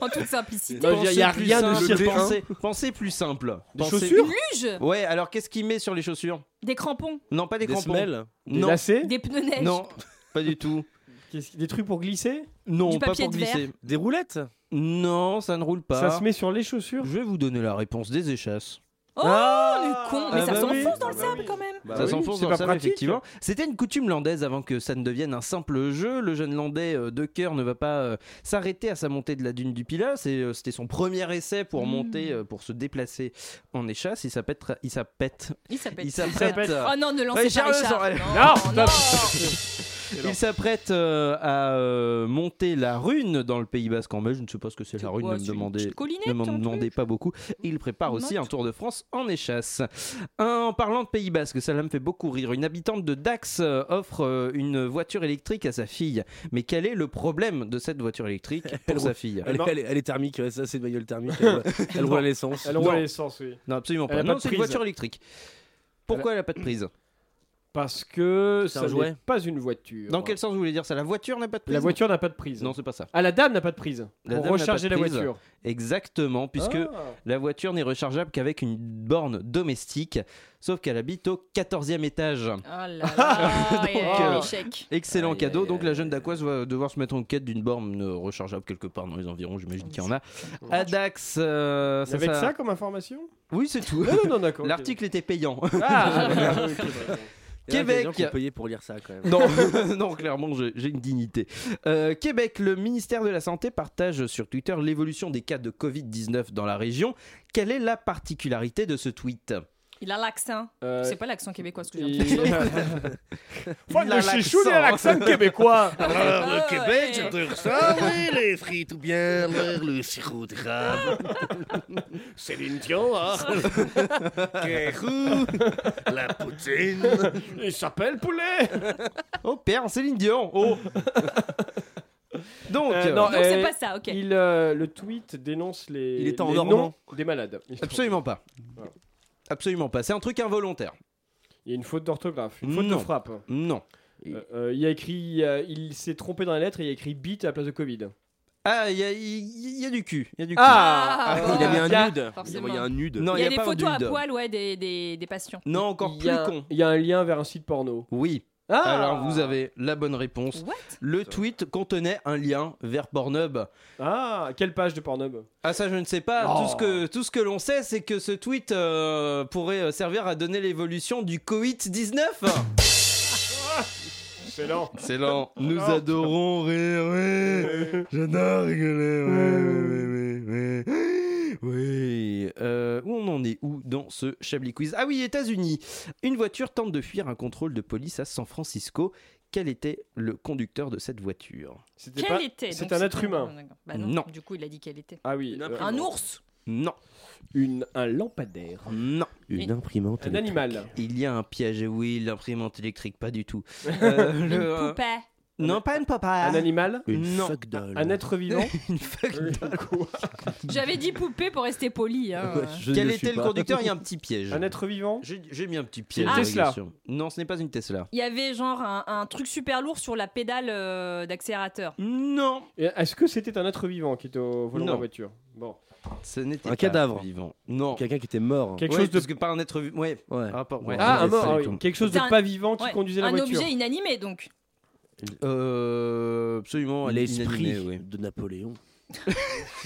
Speaker 12: En toute simplicité.
Speaker 3: Non, je veux dire, il y a
Speaker 11: Pensez plus
Speaker 3: rien de
Speaker 11: simple,
Speaker 3: circoncis.
Speaker 11: pensez, pensez plus simple.
Speaker 3: Des
Speaker 11: Pensez-
Speaker 3: chaussures
Speaker 12: Une luge
Speaker 11: Ouais, alors qu'est-ce qu'il met sur les chaussures
Speaker 12: Des crampons
Speaker 11: Non, pas des,
Speaker 1: Des
Speaker 11: crampons.
Speaker 1: semelles
Speaker 3: Des
Speaker 11: Non.
Speaker 3: lacets
Speaker 12: Des pneus neige
Speaker 11: Non, pas du tout.
Speaker 3: Qu'est-ce- Des trucs pour glisser
Speaker 11: Non,
Speaker 12: Du
Speaker 11: pas
Speaker 12: papier
Speaker 11: pour
Speaker 12: de verre.
Speaker 11: glisser.
Speaker 1: Des roulettes
Speaker 11: Non, ça ne roule pas.
Speaker 3: Ça se met sur les chaussures
Speaker 11: Je vais vous donner la réponse des échasses.
Speaker 12: Oh,
Speaker 3: Ah
Speaker 12: on est con, mais
Speaker 11: Ah
Speaker 12: ça
Speaker 11: bah
Speaker 12: s'enfonce
Speaker 11: oui.
Speaker 12: dans le sable quand même.
Speaker 11: Bah
Speaker 3: Bah
Speaker 11: ça s'enfonce dans le sable, effectivement. C'était une coutume landaise avant que ça ne devienne un simple jeu. Le jeune landais euh, de cœur ne va pas euh, s'arrêter à sa montée de la dune du Pilat. C'est, euh, C'était son premier essai pour
Speaker 12: Mmh.
Speaker 11: monter, euh, pour se déplacer en échasse. Il s'appelle. Il s'appelle.
Speaker 12: Il s'appelle.
Speaker 11: Il s'apprête.
Speaker 12: Oh non, ne lancez
Speaker 11: Richard
Speaker 12: pas Richard.
Speaker 11: Leçon, allez.
Speaker 12: non.
Speaker 11: Il s'apprête euh, à euh, monter la rune dans le Pays Basque en mai. Je ne sais pas ce que c'est la rune, ne
Speaker 12: quoi,
Speaker 11: me
Speaker 12: c'est une
Speaker 11: demandez,
Speaker 12: petite collinette,
Speaker 11: ne m'en
Speaker 12: un
Speaker 11: demandez pas beaucoup. Et il prépare aussi un Tour de France en échasse. En parlant de Pays Basque, ça là me fait beaucoup rire. Une habitante de Dax euh, offre euh, une voiture électrique à sa fille. Mais quel est le problème de cette voiture électrique
Speaker 14: Elle
Speaker 11: pour sa
Speaker 14: roule-
Speaker 11: fille
Speaker 14: Elle, elle est- elle est thermique, ouais, ça c'est une bagnole thermique. Elle, elle roule à l'essence.
Speaker 3: Elle roule à l'essence, oui.
Speaker 11: Non, absolument
Speaker 3: Elle
Speaker 11: pas.
Speaker 3: a pas
Speaker 11: Non,
Speaker 3: de
Speaker 11: c'est une
Speaker 3: prise.
Speaker 11: voiture électrique. Pourquoi elle n'a pas de prise
Speaker 3: Parce que
Speaker 11: C'est
Speaker 3: ça
Speaker 11: un jouet.
Speaker 3: n'est pas une voiture.
Speaker 11: Dans quel sens vous voulez dire ça La voiture n'a pas de prise
Speaker 3: La voiture n'a pas de prise.
Speaker 11: Non, c'est pas ça.
Speaker 3: Ah, la dame n'a pas de prise.
Speaker 11: La dame
Speaker 3: pour
Speaker 11: n'a pas de
Speaker 3: recharger la
Speaker 11: prise.
Speaker 3: voiture.
Speaker 11: Exactement, puisque
Speaker 3: Ah.
Speaker 11: la voiture n'est rechargeable qu'avec une borne domestique, sauf qu'elle habite au 14e étage.
Speaker 14: Ah,
Speaker 12: Oh là là,
Speaker 11: Donc,
Speaker 12: il y a eu
Speaker 11: euh,
Speaker 12: échec.
Speaker 11: excellent cadeau. Donc la jeune d'aquoise va devoir se mettre en quête d'une borne euh, rechargeable quelque part dans les environs, j'imagine qu'il y en a. À Dax, euh,
Speaker 3: Avec ça, comme information
Speaker 11: Oui, c'est tout.
Speaker 3: Non, non, non, d'accord, ok.
Speaker 11: L'article était payant.
Speaker 3: Ah, ok, d'accord.
Speaker 14: Il y en a
Speaker 11: Québec.
Speaker 14: des gens qui ont payé pour lire ça, quand même.
Speaker 11: Non, non clairement, je- j'ai une dignité. Euh, Québec, le ministère de la Santé partage sur Twitter l'évolution des cas de Covid-19 dans la région. Quelle est la particularité de ce tweet
Speaker 2: Il a l'accent.
Speaker 11: Euh,
Speaker 2: C'est pas l'accent québécois ce que j'ai
Speaker 11: il-
Speaker 2: entendu.
Speaker 11: Fan de
Speaker 4: chichou, il a l'accent
Speaker 3: québécois.
Speaker 14: Ah,
Speaker 4: Alors, le Ah, Québec,
Speaker 2: ouais.
Speaker 4: j'adore ça, oui, les frites ou bien le, le sirop d'érable. Céline Dion, ah. Kérou, la poutine.
Speaker 3: Il s'appelle Poulet.
Speaker 11: Oh, père, Céline Dion. Oh. Donc,
Speaker 3: Euh,
Speaker 11: non,
Speaker 3: euh,
Speaker 11: c'est
Speaker 2: pas ça, ok.
Speaker 3: il, euh, le tweet dénonce les,
Speaker 11: Il est en
Speaker 3: les
Speaker 11: normand.
Speaker 3: noms des malades.
Speaker 11: Absolument pas. Absolument pas. C'est un truc involontaire.
Speaker 3: Il y a une faute d'orthographe, une faute
Speaker 11: Non.
Speaker 3: de frappe.
Speaker 11: Non.
Speaker 3: Euh, euh, il a écrit, euh, il s'est trompé dans la lettre et il a écrit bit à la place de Covid.
Speaker 11: Ah, il y, a- il y a du cul. Il y a du cul.
Speaker 3: Ah, Ah,
Speaker 14: il a mis un
Speaker 3: tiens,
Speaker 14: nude.
Speaker 2: forcément.
Speaker 14: Il y a un nude.
Speaker 11: Non,
Speaker 2: il y
Speaker 11: il
Speaker 2: a,
Speaker 11: y
Speaker 2: des
Speaker 11: a pas un
Speaker 2: photos à
Speaker 11: dude.
Speaker 2: poil, ouais, des, des, des patients.
Speaker 11: Non, encore
Speaker 3: Il y a-
Speaker 11: plus con.
Speaker 3: Il y a un lien vers un site porno.
Speaker 11: Oui.
Speaker 3: Ah
Speaker 11: Alors vous avez la bonne réponse. le tweet contenait un lien vers Pornhub.
Speaker 3: Ah, quelle page de Pornhub
Speaker 11: Ah ça je ne sais pas.
Speaker 3: Oh.
Speaker 11: Tout ce que tout ce que l'on sait c'est que ce tweet euh, pourrait euh, servir à donner l'évolution du coït 19.
Speaker 3: Excellent.
Speaker 11: Excellent. Nous adorons rire. ouais. J'adore rigoler. ouais, ouais, ouais, ouais. Oui. Euh, où on en est où dans ce Chablis Quiz Ah oui, États-Unis. Une voiture tente de fuir un contrôle de police à San Francisco. Quel était le conducteur de cette voiture
Speaker 3: C'était
Speaker 2: Quel
Speaker 3: pas-
Speaker 2: était
Speaker 3: C'est
Speaker 2: donc
Speaker 3: un être humain.
Speaker 2: d'accord. Bah non.
Speaker 11: Non.
Speaker 2: Du coup, il a dit quel était.
Speaker 3: Ah oui. euh,
Speaker 2: Un ours.
Speaker 11: Non.
Speaker 3: Une, un lampadaire.
Speaker 11: Non.
Speaker 14: Une imprimante.
Speaker 3: Un animal.
Speaker 11: Il y a un piège, oui, l'imprimante électrique, pas du tout. Euh,
Speaker 3: Une
Speaker 11: le-
Speaker 2: Poupée.
Speaker 11: Non, pas une papa.
Speaker 3: Un animal
Speaker 14: Une
Speaker 11: Non.
Speaker 14: fuckdoll.
Speaker 3: Un être vivant
Speaker 2: J'avais dit poupée pour rester poli. Hein.
Speaker 14: Je
Speaker 11: Quel
Speaker 14: ne
Speaker 11: était
Speaker 14: suis
Speaker 11: le
Speaker 14: pas.
Speaker 11: conducteur Il y a un petit piège.
Speaker 3: Un être vivant
Speaker 11: J'ai j'ai mis un petit piège.
Speaker 2: Une
Speaker 11: de
Speaker 3: Tesla.
Speaker 11: régulation. Non, ce n'est pas une Tesla.
Speaker 2: Il y avait genre un, un truc super lourd sur la pédale euh, d'accélérateur.
Speaker 11: Non.
Speaker 3: Et Est-ce que c'était un être vivant qui était au volant de
Speaker 11: Non.
Speaker 3: la voiture Bon.
Speaker 11: Ce n'était
Speaker 14: Un
Speaker 11: pas
Speaker 14: cadavre.
Speaker 11: vivant. Non.
Speaker 14: Quelqu'un qui était mort.
Speaker 3: Quelque
Speaker 11: Ouais,
Speaker 3: chose de-
Speaker 11: parce que par un être vivant. Ouais.
Speaker 14: Ouais.
Speaker 11: Rapport- ouais.
Speaker 3: Ah, un
Speaker 14: Ouais,
Speaker 3: mort,
Speaker 14: c'est
Speaker 3: ah
Speaker 14: con.
Speaker 3: oui. quelque chose
Speaker 2: C'est
Speaker 3: de
Speaker 2: un-
Speaker 3: pas vivant qui
Speaker 2: ouais,
Speaker 3: conduisait la
Speaker 2: un
Speaker 3: voiture.
Speaker 2: objet inanimé donc.
Speaker 11: Euh, absolument. elle est
Speaker 14: L'esprit
Speaker 11: inanimée, ouais.
Speaker 14: de Napoléon.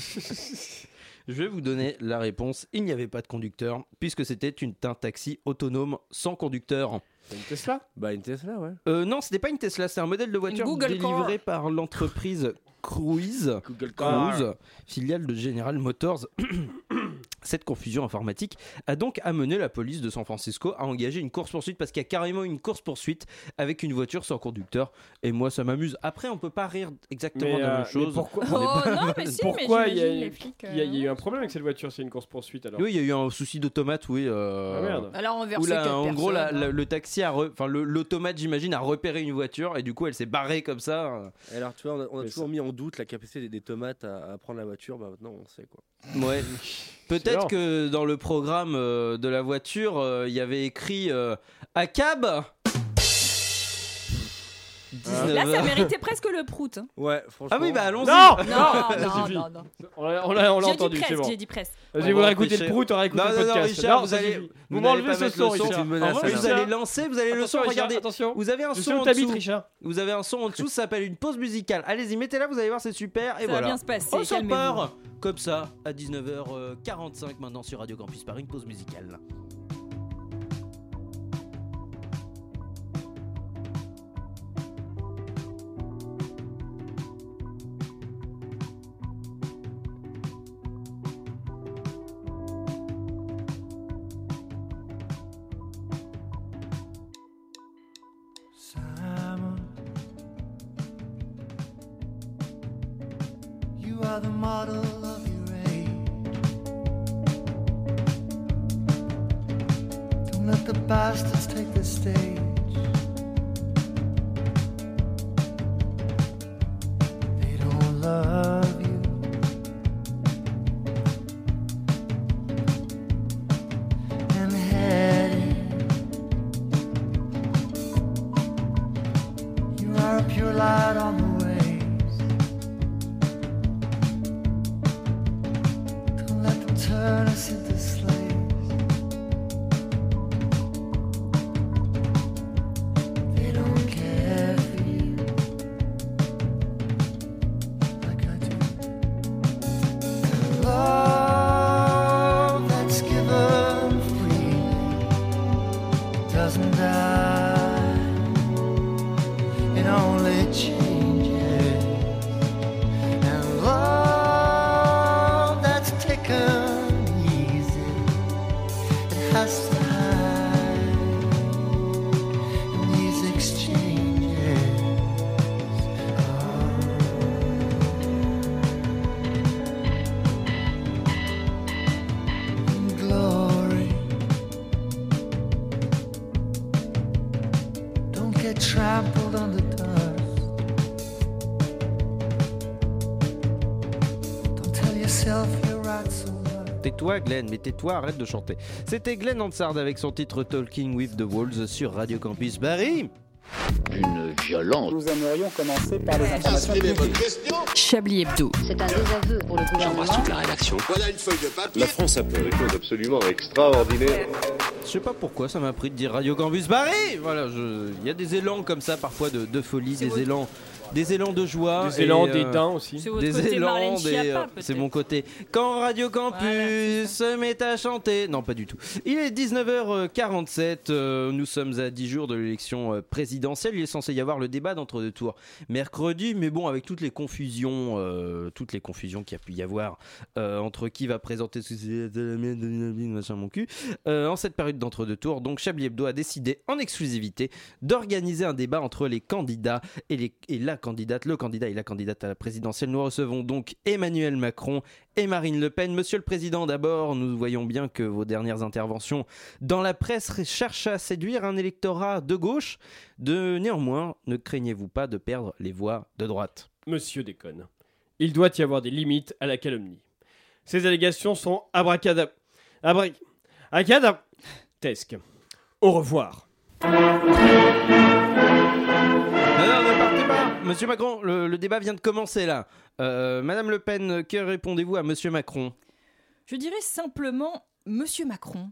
Speaker 11: Je vais vous donner la réponse. Il n'y avait pas de conducteur puisque c'était une- un taxi autonome sans conducteur.
Speaker 3: C'est une Tesla
Speaker 14: Bah, une Tesla, ouais.
Speaker 11: Euh, non, c'était pas une Tesla, c'est un modèle de voiture
Speaker 2: Google
Speaker 11: délivré par l'entreprise Cruise,
Speaker 14: Car.
Speaker 11: Cruise, filiale de General Motors. Cette confusion informatique a donc amené la police de San Francisco à engager une course-poursuite parce qu'il y a carrément une course-poursuite avec une voiture sans conducteur. Et moi, ça m'amuse. Après, on peut pas rire exactement
Speaker 3: Mais,
Speaker 11: de la
Speaker 3: euh,
Speaker 11: même
Speaker 3: mais
Speaker 11: chose.
Speaker 3: pourquoi-
Speaker 11: On est
Speaker 2: Oh
Speaker 11: pas-
Speaker 2: non mais si
Speaker 3: Pourquoi
Speaker 2: mais
Speaker 3: il y, a
Speaker 2: j'imagine
Speaker 3: eu-
Speaker 2: les flics.
Speaker 3: il y a- il y a
Speaker 2: euh,
Speaker 3: eu un problème avec cette voiture C'est une course-poursuite alors
Speaker 11: Oui, il y a eu un souci de tomate, oui. euh,
Speaker 3: Ah merde.
Speaker 2: Oh. Alors on
Speaker 11: Où
Speaker 2: versait
Speaker 11: là,
Speaker 2: quatre
Speaker 11: en gros, la-
Speaker 2: personnes,
Speaker 11: la-
Speaker 2: hein.
Speaker 11: le taxi, a re- enfin le- l'automate, j'imagine, a repéré une voiture et du coup, elle s'est barrée comme ça.
Speaker 14: Et Alors, tu vois, on a, on a
Speaker 3: Mais
Speaker 14: toujours mis en doute la capacité des, des tomates à, à prendre la voiture. Bah, maintenant, on sait quoi.
Speaker 11: Ouais.
Speaker 3: Excellent.
Speaker 11: Peut-être que dans le programme euh, de la voiture, euh, il y avait écrit euh, à cab.
Speaker 2: Là
Speaker 11: 19
Speaker 2: ça
Speaker 11: heures.
Speaker 2: méritait presque le prout. hein.
Speaker 14: Ouais, franchement.
Speaker 11: Ah oui, bah allons-y.
Speaker 3: Non
Speaker 2: Non
Speaker 3: Ça
Speaker 2: non
Speaker 3: suffit.
Speaker 2: non non.
Speaker 3: On l'a- on l'a on l'a
Speaker 2: J'ai dit
Speaker 3: entendu, c'est
Speaker 2: presque,
Speaker 3: bon.
Speaker 2: j'ai dit presque.
Speaker 3: Vas-y,
Speaker 11: Ouais,
Speaker 3: vous
Speaker 11: bon,
Speaker 3: aurez écouté le
Speaker 11: Richard.
Speaker 3: prout, on aurez écouté
Speaker 11: Non,
Speaker 3: le
Speaker 11: non, non,
Speaker 3: podcast.
Speaker 11: Richard, vous
Speaker 3: ça
Speaker 11: allez-
Speaker 3: suffit.
Speaker 11: vous
Speaker 3: Vous
Speaker 11: n'allez
Speaker 3: m'enlevez
Speaker 11: pas
Speaker 3: ce
Speaker 11: mettre
Speaker 3: son,
Speaker 11: le son,
Speaker 3: Richard.
Speaker 11: c'est une
Speaker 14: menace,
Speaker 3: Au revoir,
Speaker 14: là.
Speaker 11: Vous allez
Speaker 3: Richard.
Speaker 11: lancer, vous allez le son.
Speaker 3: Attention, Richard,
Speaker 11: Regardez,
Speaker 3: attention.
Speaker 11: vous avez un
Speaker 3: Je suis
Speaker 11: son
Speaker 3: où
Speaker 11: en
Speaker 3: t'habites,
Speaker 11: dessous.
Speaker 3: Richard
Speaker 11: Vous avez un son en dessous, ça s'appelle une pause musicale. Allez-y, mettez-la, vous allez voir, c'est super. Et
Speaker 2: Ça va
Speaker 11: voilà.
Speaker 2: bien se passer,
Speaker 11: On s'en
Speaker 2: calmez-vous.
Speaker 11: part euh, comme ça à 19h45 maintenant sur Radio Campus Paris, une pause musicale.
Speaker 16: You are the model of your age. Don't let the bastards take the stage. They don't love you. And heading. You are a pure light on the way. Don't let them turn us into slaves. They don't care for you like I do. The love that's given free doesn't die. It only changes. And love that's taken easy, it has to hide in these exchanges. Oh. Glory, don't get trampled on the dust. Don't tell yourself you're right so much.
Speaker 11: Tais-toi, Glenn, mais tais-toi, arrête de chanter. C'était Glenn Hansard avec son titre Talking with the Walls sur Radio Campus Paris. Une violente.
Speaker 7: Nous aimerions commencer par les informations publiques.
Speaker 9: Chablis Hebdo. C'est un désaveu pour le gouvernement.
Speaker 11: la rédaction.
Speaker 17: Voilà une feuille de papier.
Speaker 11: La France a fait des choses absolument extraordinaires. Je sais pas pourquoi ça m'a pris de dire Radio Campus Paris. Voilà, je- il y a des élans comme ça parfois de, de folie, des élans, des élans de joie,
Speaker 3: Des élans
Speaker 11: et, euh,
Speaker 3: d'étain aussi. C'est votre
Speaker 11: Des
Speaker 3: côté Marlène
Speaker 11: élans, des,
Speaker 3: Schiappa,
Speaker 11: euh,
Speaker 3: peut-être.
Speaker 11: c'est mon côté. Quand Radio Campus se met à chanter, non pas du tout. Il est 19h47. euh, nous sommes à 10 jours de l'élection euh, présidentielle. Il est censé y avoir le débat d'entre deux tours mercredi, mais bon, avec toutes les confusions, euh, toutes les confusions qu'il y a pu y avoir euh, entre qui va présenter ce- de la mienne, de la mienne, machin mon cul. euh, en cette période d'entre deux tours, donc Chablis Hebdo a décidé en exclusivité d'organiser un débat entre les candidats et, les, et la candidate, le candidat et la candidate à la présidentielle. Nous recevons donc Emmanuel Macron et Marine Le Pen. Monsieur le Président, d'abord, nous voyons bien que vos dernières interventions dans la presse cherchent à séduire un électorat de gauche. De néanmoins, ne craignez-vous pas de perdre les voix de droite
Speaker 3: Monsieur déconne. Il doit y avoir des limites à la calomnie. Ces allégations sont abracadab... Abra... Acadab... Tesque. Au revoir.
Speaker 11: Monsieur Macron, le, le débat vient de commencer là. Euh, Madame Le Pen, que répondez-vous à Monsieur Macron
Speaker 12: Je dirais simplement, monsieur Macron,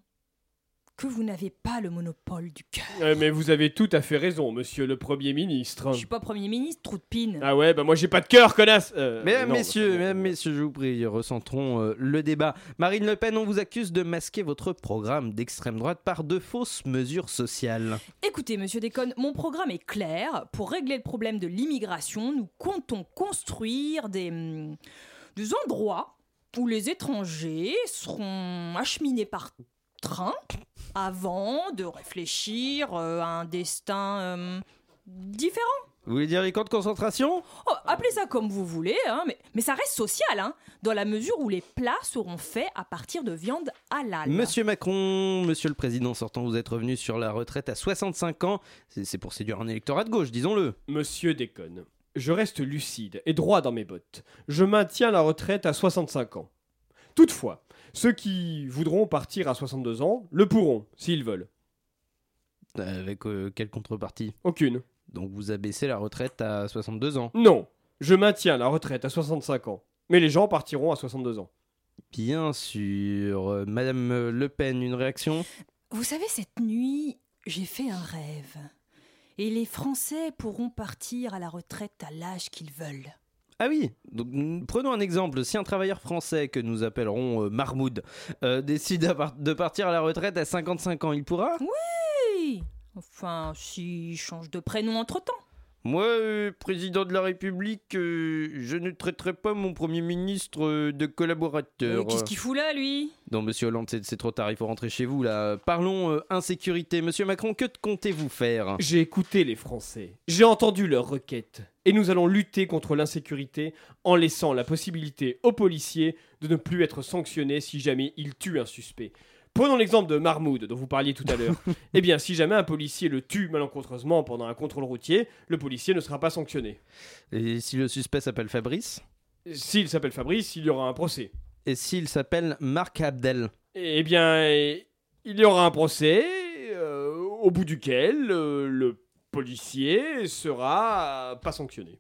Speaker 12: que vous n'avez pas le monopole du cœur.
Speaker 3: Euh, mais vous avez tout à fait raison, monsieur le Premier ministre.
Speaker 12: Je suis pas Premier ministre, trou de pine.
Speaker 3: Ah ouais, bah moi j'ai pas de cœur, connasse Euh,
Speaker 11: Mesdames,
Speaker 3: non,
Speaker 11: messieurs, mesdames, messieurs, je vous prie, recentrons euh, le débat. Marine Le Pen, on vous accuse de masquer votre programme d'extrême droite par de fausses mesures sociales.
Speaker 12: Écoutez, monsieur Déconne, mon programme est clair. Pour régler le problème de l'immigration, nous comptons construire des, hum, des endroits où les étrangers seront acheminés par train avant de réfléchir euh, à un destin euh, différent.
Speaker 11: Vous voulez dire les camps de concentration
Speaker 12: Oh, appelez ça comme vous voulez, hein, mais, mais ça reste social, hein, dans la mesure où les plats seront faits à partir de viande halal.
Speaker 11: Monsieur Macron, monsieur le président sortant, vous êtes revenu sur la retraite à 65 ans. C'est c'est pour séduire un électorat de gauche, disons-le.
Speaker 3: Monsieur déconne. Je reste lucide et droit dans mes bottes. Je maintiens la retraite à 65 ans. Toutefois, ceux qui voudront partir à 62 ans le pourront, s'ils veulent.
Speaker 11: Avec euh, quelle contrepartie
Speaker 3: Aucune.
Speaker 11: Donc vous abaissez la retraite à 62 ans.
Speaker 3: Non, je maintiens la retraite à 65 ans. Mais les gens partiront à 62 ans.
Speaker 11: Bien sûr. Euh, Madame euh, Le Pen, une réaction
Speaker 12: Vous savez, cette nuit, j'ai fait un rêve. Et les Français pourront partir à la retraite à l'âge qu'ils veulent.
Speaker 11: Ah oui, donc mm, prenons un exemple. Si un travailleur français que nous appellerons euh, Marmoud euh, décide à par- de partir à la retraite à 55 ans, il pourra
Speaker 12: Oui Enfin, s'ils changent de prénom entre-temps.
Speaker 11: Moi, euh, président de la République, euh, je ne traiterai pas mon Premier ministre euh, de collaborateur.
Speaker 2: Mais Qu'est-ce qu'il fout là, lui
Speaker 11: Non, monsieur Hollande, c'est c'est trop tard, il faut rentrer chez vous là. Parlons euh, insécurité. Monsieur Macron, que comptez-vous faire
Speaker 3: J'ai écouté les Français. J'ai entendu leurs requêtes. Et nous allons lutter contre l'insécurité en laissant la possibilité aux policiers de ne plus être sanctionnés si jamais ils tuent un suspect. Prenons l'exemple de Marmoud dont vous parliez tout à l'heure. eh bien, si jamais un policier le tue malencontreusement pendant un contrôle routier, le policier ne sera pas sanctionné.
Speaker 11: Et si le suspect s'appelle Fabrice
Speaker 3: S'il s'appelle Fabrice, il y aura un procès.
Speaker 11: Et s'il s'appelle Marc Abdel
Speaker 3: Eh bien, eh, il y aura un procès euh, au bout duquel euh, le policier sera euh, pas sanctionné.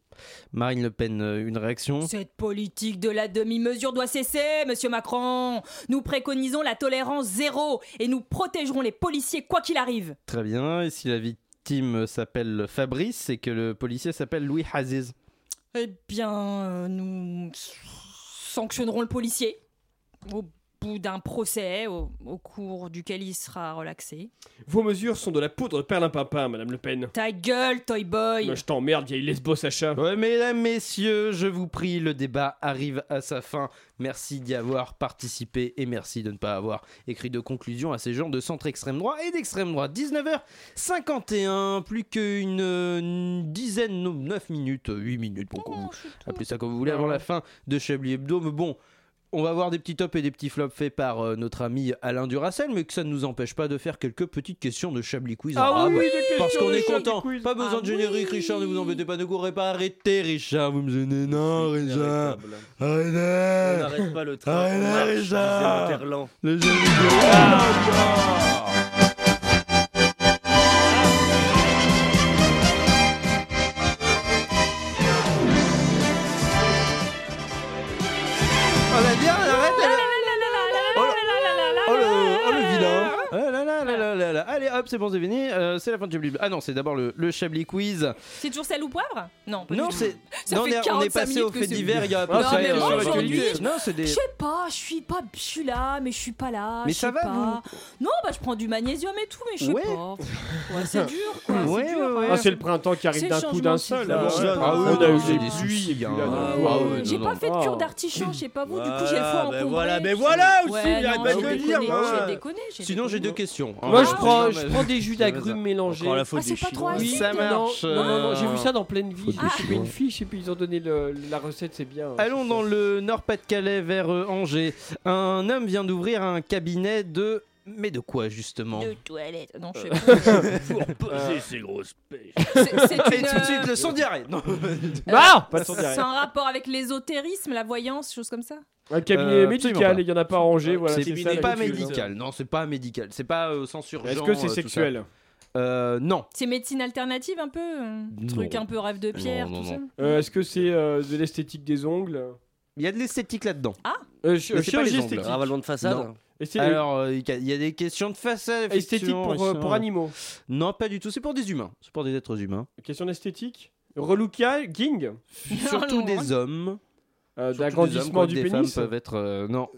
Speaker 11: Marine Le Pen, euh, une réaction
Speaker 12: Cette politique de la demi-mesure doit cesser, monsieur Macron. Nous préconisons la tolérance zéro et nous protégerons les policiers quoi qu'il arrive.
Speaker 11: Très bien. Et si la victime s'appelle Fabrice et que le policier s'appelle Louis Haziz
Speaker 12: Eh bien, euh, nous sanctionnerons le policier au bout d'un procès au, au cours duquel il sera relaxé.
Speaker 3: Vos mesures sont de la poudre perlimpinpin, Madame Le Pen.
Speaker 12: Ta gueule, Toy Boy
Speaker 3: Moi, je t'emmerde, vieille lesbo Sacha.
Speaker 11: Ouais, mesdames, messieurs, je vous prie, le débat arrive à sa fin. Merci d'y avoir participé et merci de ne pas avoir écrit de conclusion à ces gens de centre extrême droit et d'extrême droite. 19h51, plus qu'une euh, une dizaine, non, 9 minutes, euh, 8 minutes, bon,
Speaker 3: Oh,
Speaker 11: comme vous- appelez ça comme vous voulez, avant la fin de Chablis Hebdo. Mais bon, on va voir des petits tops et des petits flops faits par euh, notre ami Alain Duracel, mais que ça ne nous empêche pas de faire quelques petites questions de Chablis Quiz. en
Speaker 3: Ah
Speaker 11: rab,
Speaker 3: oui, des questions
Speaker 11: Parce qu'on
Speaker 3: de
Speaker 11: est
Speaker 3: Chablis
Speaker 11: content,
Speaker 3: Quiz.
Speaker 11: pas besoin de générique, Richard, ne vous embêtez pas, ne courez pas, arrêtez, Richard, vous me gênez, non, Richard.
Speaker 14: On
Speaker 11: Arrêtez
Speaker 14: n'arrête pas le train.
Speaker 11: Arrêtez,
Speaker 14: on marche,
Speaker 11: Richard
Speaker 14: disait Mitterrand.
Speaker 11: Le jeu
Speaker 1: Ah,
Speaker 11: On va bien, on arrête Oh le, oh, le vilain Ah là là là là là là. Allez hop, c'est bon, c'est fini, euh, c'est la fin du Chablis. Ah non, c'est d'abord le, le Chablis Quiz.
Speaker 2: C'est toujours celle ou poivre Non, pas
Speaker 11: Non,
Speaker 2: du tout.
Speaker 11: c'est.
Speaker 2: Ça
Speaker 11: non,
Speaker 2: fait
Speaker 11: on est- on est
Speaker 2: 45
Speaker 11: passé
Speaker 2: minutes
Speaker 11: au
Speaker 2: que
Speaker 11: fait
Speaker 2: c'est-
Speaker 11: divers il y a à peu
Speaker 2: Non,
Speaker 11: près.
Speaker 2: mais moi,
Speaker 11: euh,
Speaker 2: aujourd'hui,
Speaker 11: l'actualité. Non, c'est des.
Speaker 12: Je sais pas, je suis pas, je suis là, mais je suis pas là.
Speaker 11: Mais
Speaker 12: je
Speaker 11: ça
Speaker 12: sais
Speaker 11: va,
Speaker 12: pas.
Speaker 11: vous
Speaker 12: Non, bah je prends du magnésium et tout, mais je sais
Speaker 11: Ouais.
Speaker 12: pas. Ouais, c'est dur, quoi. c'est
Speaker 11: Ouais,
Speaker 12: dur. hein.
Speaker 11: ouais, ouais.
Speaker 3: Ah, c'est le printemps qui
Speaker 12: C'est
Speaker 3: arrive
Speaker 12: le
Speaker 3: d'un coup
Speaker 12: changement
Speaker 3: d'un
Speaker 12: de
Speaker 3: seul.
Speaker 12: saison.
Speaker 3: là.
Speaker 12: Ah, ouais,
Speaker 3: Ah,
Speaker 12: ouais,
Speaker 3: on a
Speaker 12: ouais,
Speaker 3: eu
Speaker 12: ouais.
Speaker 3: des pluies et puis là,
Speaker 11: Ah,
Speaker 3: d'un coup,
Speaker 11: ouais,
Speaker 3: ah,
Speaker 11: ouais,
Speaker 3: ouais,
Speaker 12: J'ai
Speaker 3: non,
Speaker 12: pas
Speaker 3: non.
Speaker 12: fait de cure
Speaker 11: Oh.
Speaker 3: Ah.
Speaker 12: d'artichaut, je sais pas vous, du coup
Speaker 14: Ah,
Speaker 12: j'ai le foie
Speaker 14: ben
Speaker 12: encombré,
Speaker 14: voilà, mais
Speaker 12: puis-
Speaker 14: voilà aussi,
Speaker 12: Ouais,
Speaker 14: j'arrête
Speaker 12: non,
Speaker 14: pas de
Speaker 12: j'ai
Speaker 14: le dire, hein.
Speaker 12: déconné,
Speaker 14: moi.
Speaker 12: J'ai déconné, j'ai
Speaker 11: Sinon, j'ai deux questions.
Speaker 3: Moi, je
Speaker 11: Ah,
Speaker 3: prends,
Speaker 11: ouais,
Speaker 3: je
Speaker 11: ouais,
Speaker 3: prends des jus
Speaker 11: j'avais
Speaker 3: d'agrumes
Speaker 11: ça.
Speaker 3: mélangés.
Speaker 14: Encore la faute
Speaker 12: Ah,
Speaker 14: des
Speaker 12: c'est pas trop
Speaker 14: Chinois.
Speaker 12: acide.
Speaker 11: Oui, ça
Speaker 12: Non,
Speaker 11: marche.
Speaker 3: Non, non, non, j'ai vu
Speaker 11: euh,
Speaker 3: ça dans pleine vie.
Speaker 11: Ah.
Speaker 3: J'ai chopé une fiche et puis ils ont donné le- la recette, c'est bien.
Speaker 11: Allons dans le Nord-Pas-de-Calais vers euh, Angers. Un homme vient d'ouvrir un cabinet de. Mais de quoi justement Euh.
Speaker 12: De toilette. Non, je sais
Speaker 1: Pour poser ces grosses pêches.
Speaker 12: pas. C'est
Speaker 11: Et
Speaker 12: une,
Speaker 11: tout de
Speaker 12: euh,
Speaker 11: suite le son diarrhée. Non.
Speaker 14: Bah,
Speaker 3: Ah Pas sans
Speaker 12: C'est
Speaker 3: derrière.
Speaker 12: un rapport avec l'ésotérisme, la voyance, choses comme ça
Speaker 3: Un
Speaker 11: Euh,
Speaker 3: cabinet
Speaker 11: absolument
Speaker 3: médical,
Speaker 11: pas.
Speaker 3: il y en a pas rangé. Voilà,
Speaker 11: c'est
Speaker 3: ça, la
Speaker 11: pas
Speaker 3: culture.
Speaker 11: médical. Non, c'est pas médical. C'est pas euh, sans surgence.
Speaker 3: Est-ce que c'est
Speaker 11: euh, tout ça.
Speaker 3: sexuel
Speaker 11: Euh, Non.
Speaker 12: C'est médecine alternative un peu euh, Truc un peu rêve de pierre,
Speaker 11: Non,
Speaker 12: tout
Speaker 11: non,
Speaker 12: ça
Speaker 11: non.
Speaker 3: Euh, Est-ce que c'est euh, de l'esthétique des ongles
Speaker 11: Il y a de l'esthétique là-dedans.
Speaker 12: Ah.
Speaker 3: euh,
Speaker 11: Mais c'est pas les
Speaker 3: Chirurgie
Speaker 11: ongles.
Speaker 3: esthétique.
Speaker 14: Ravalement de façade.
Speaker 11: Non.
Speaker 3: Et c'est-
Speaker 11: Alors, euh, il y a- il y a des questions de façade.
Speaker 3: Esthétique
Speaker 11: effectivement,
Speaker 3: pour, euh,
Speaker 11: ça.
Speaker 3: pour animaux.
Speaker 11: Non, pas du tout. C'est pour des humains. C'est pour des êtres humains.
Speaker 3: Question d'esthétique Relooking
Speaker 11: Surtout des hommes.
Speaker 3: Hein Euh,
Speaker 11: Surtout des hommes,
Speaker 3: D'agrandissement
Speaker 11: quoi,
Speaker 3: du
Speaker 11: des
Speaker 3: pénis
Speaker 11: femmes peuvent être. euh, non.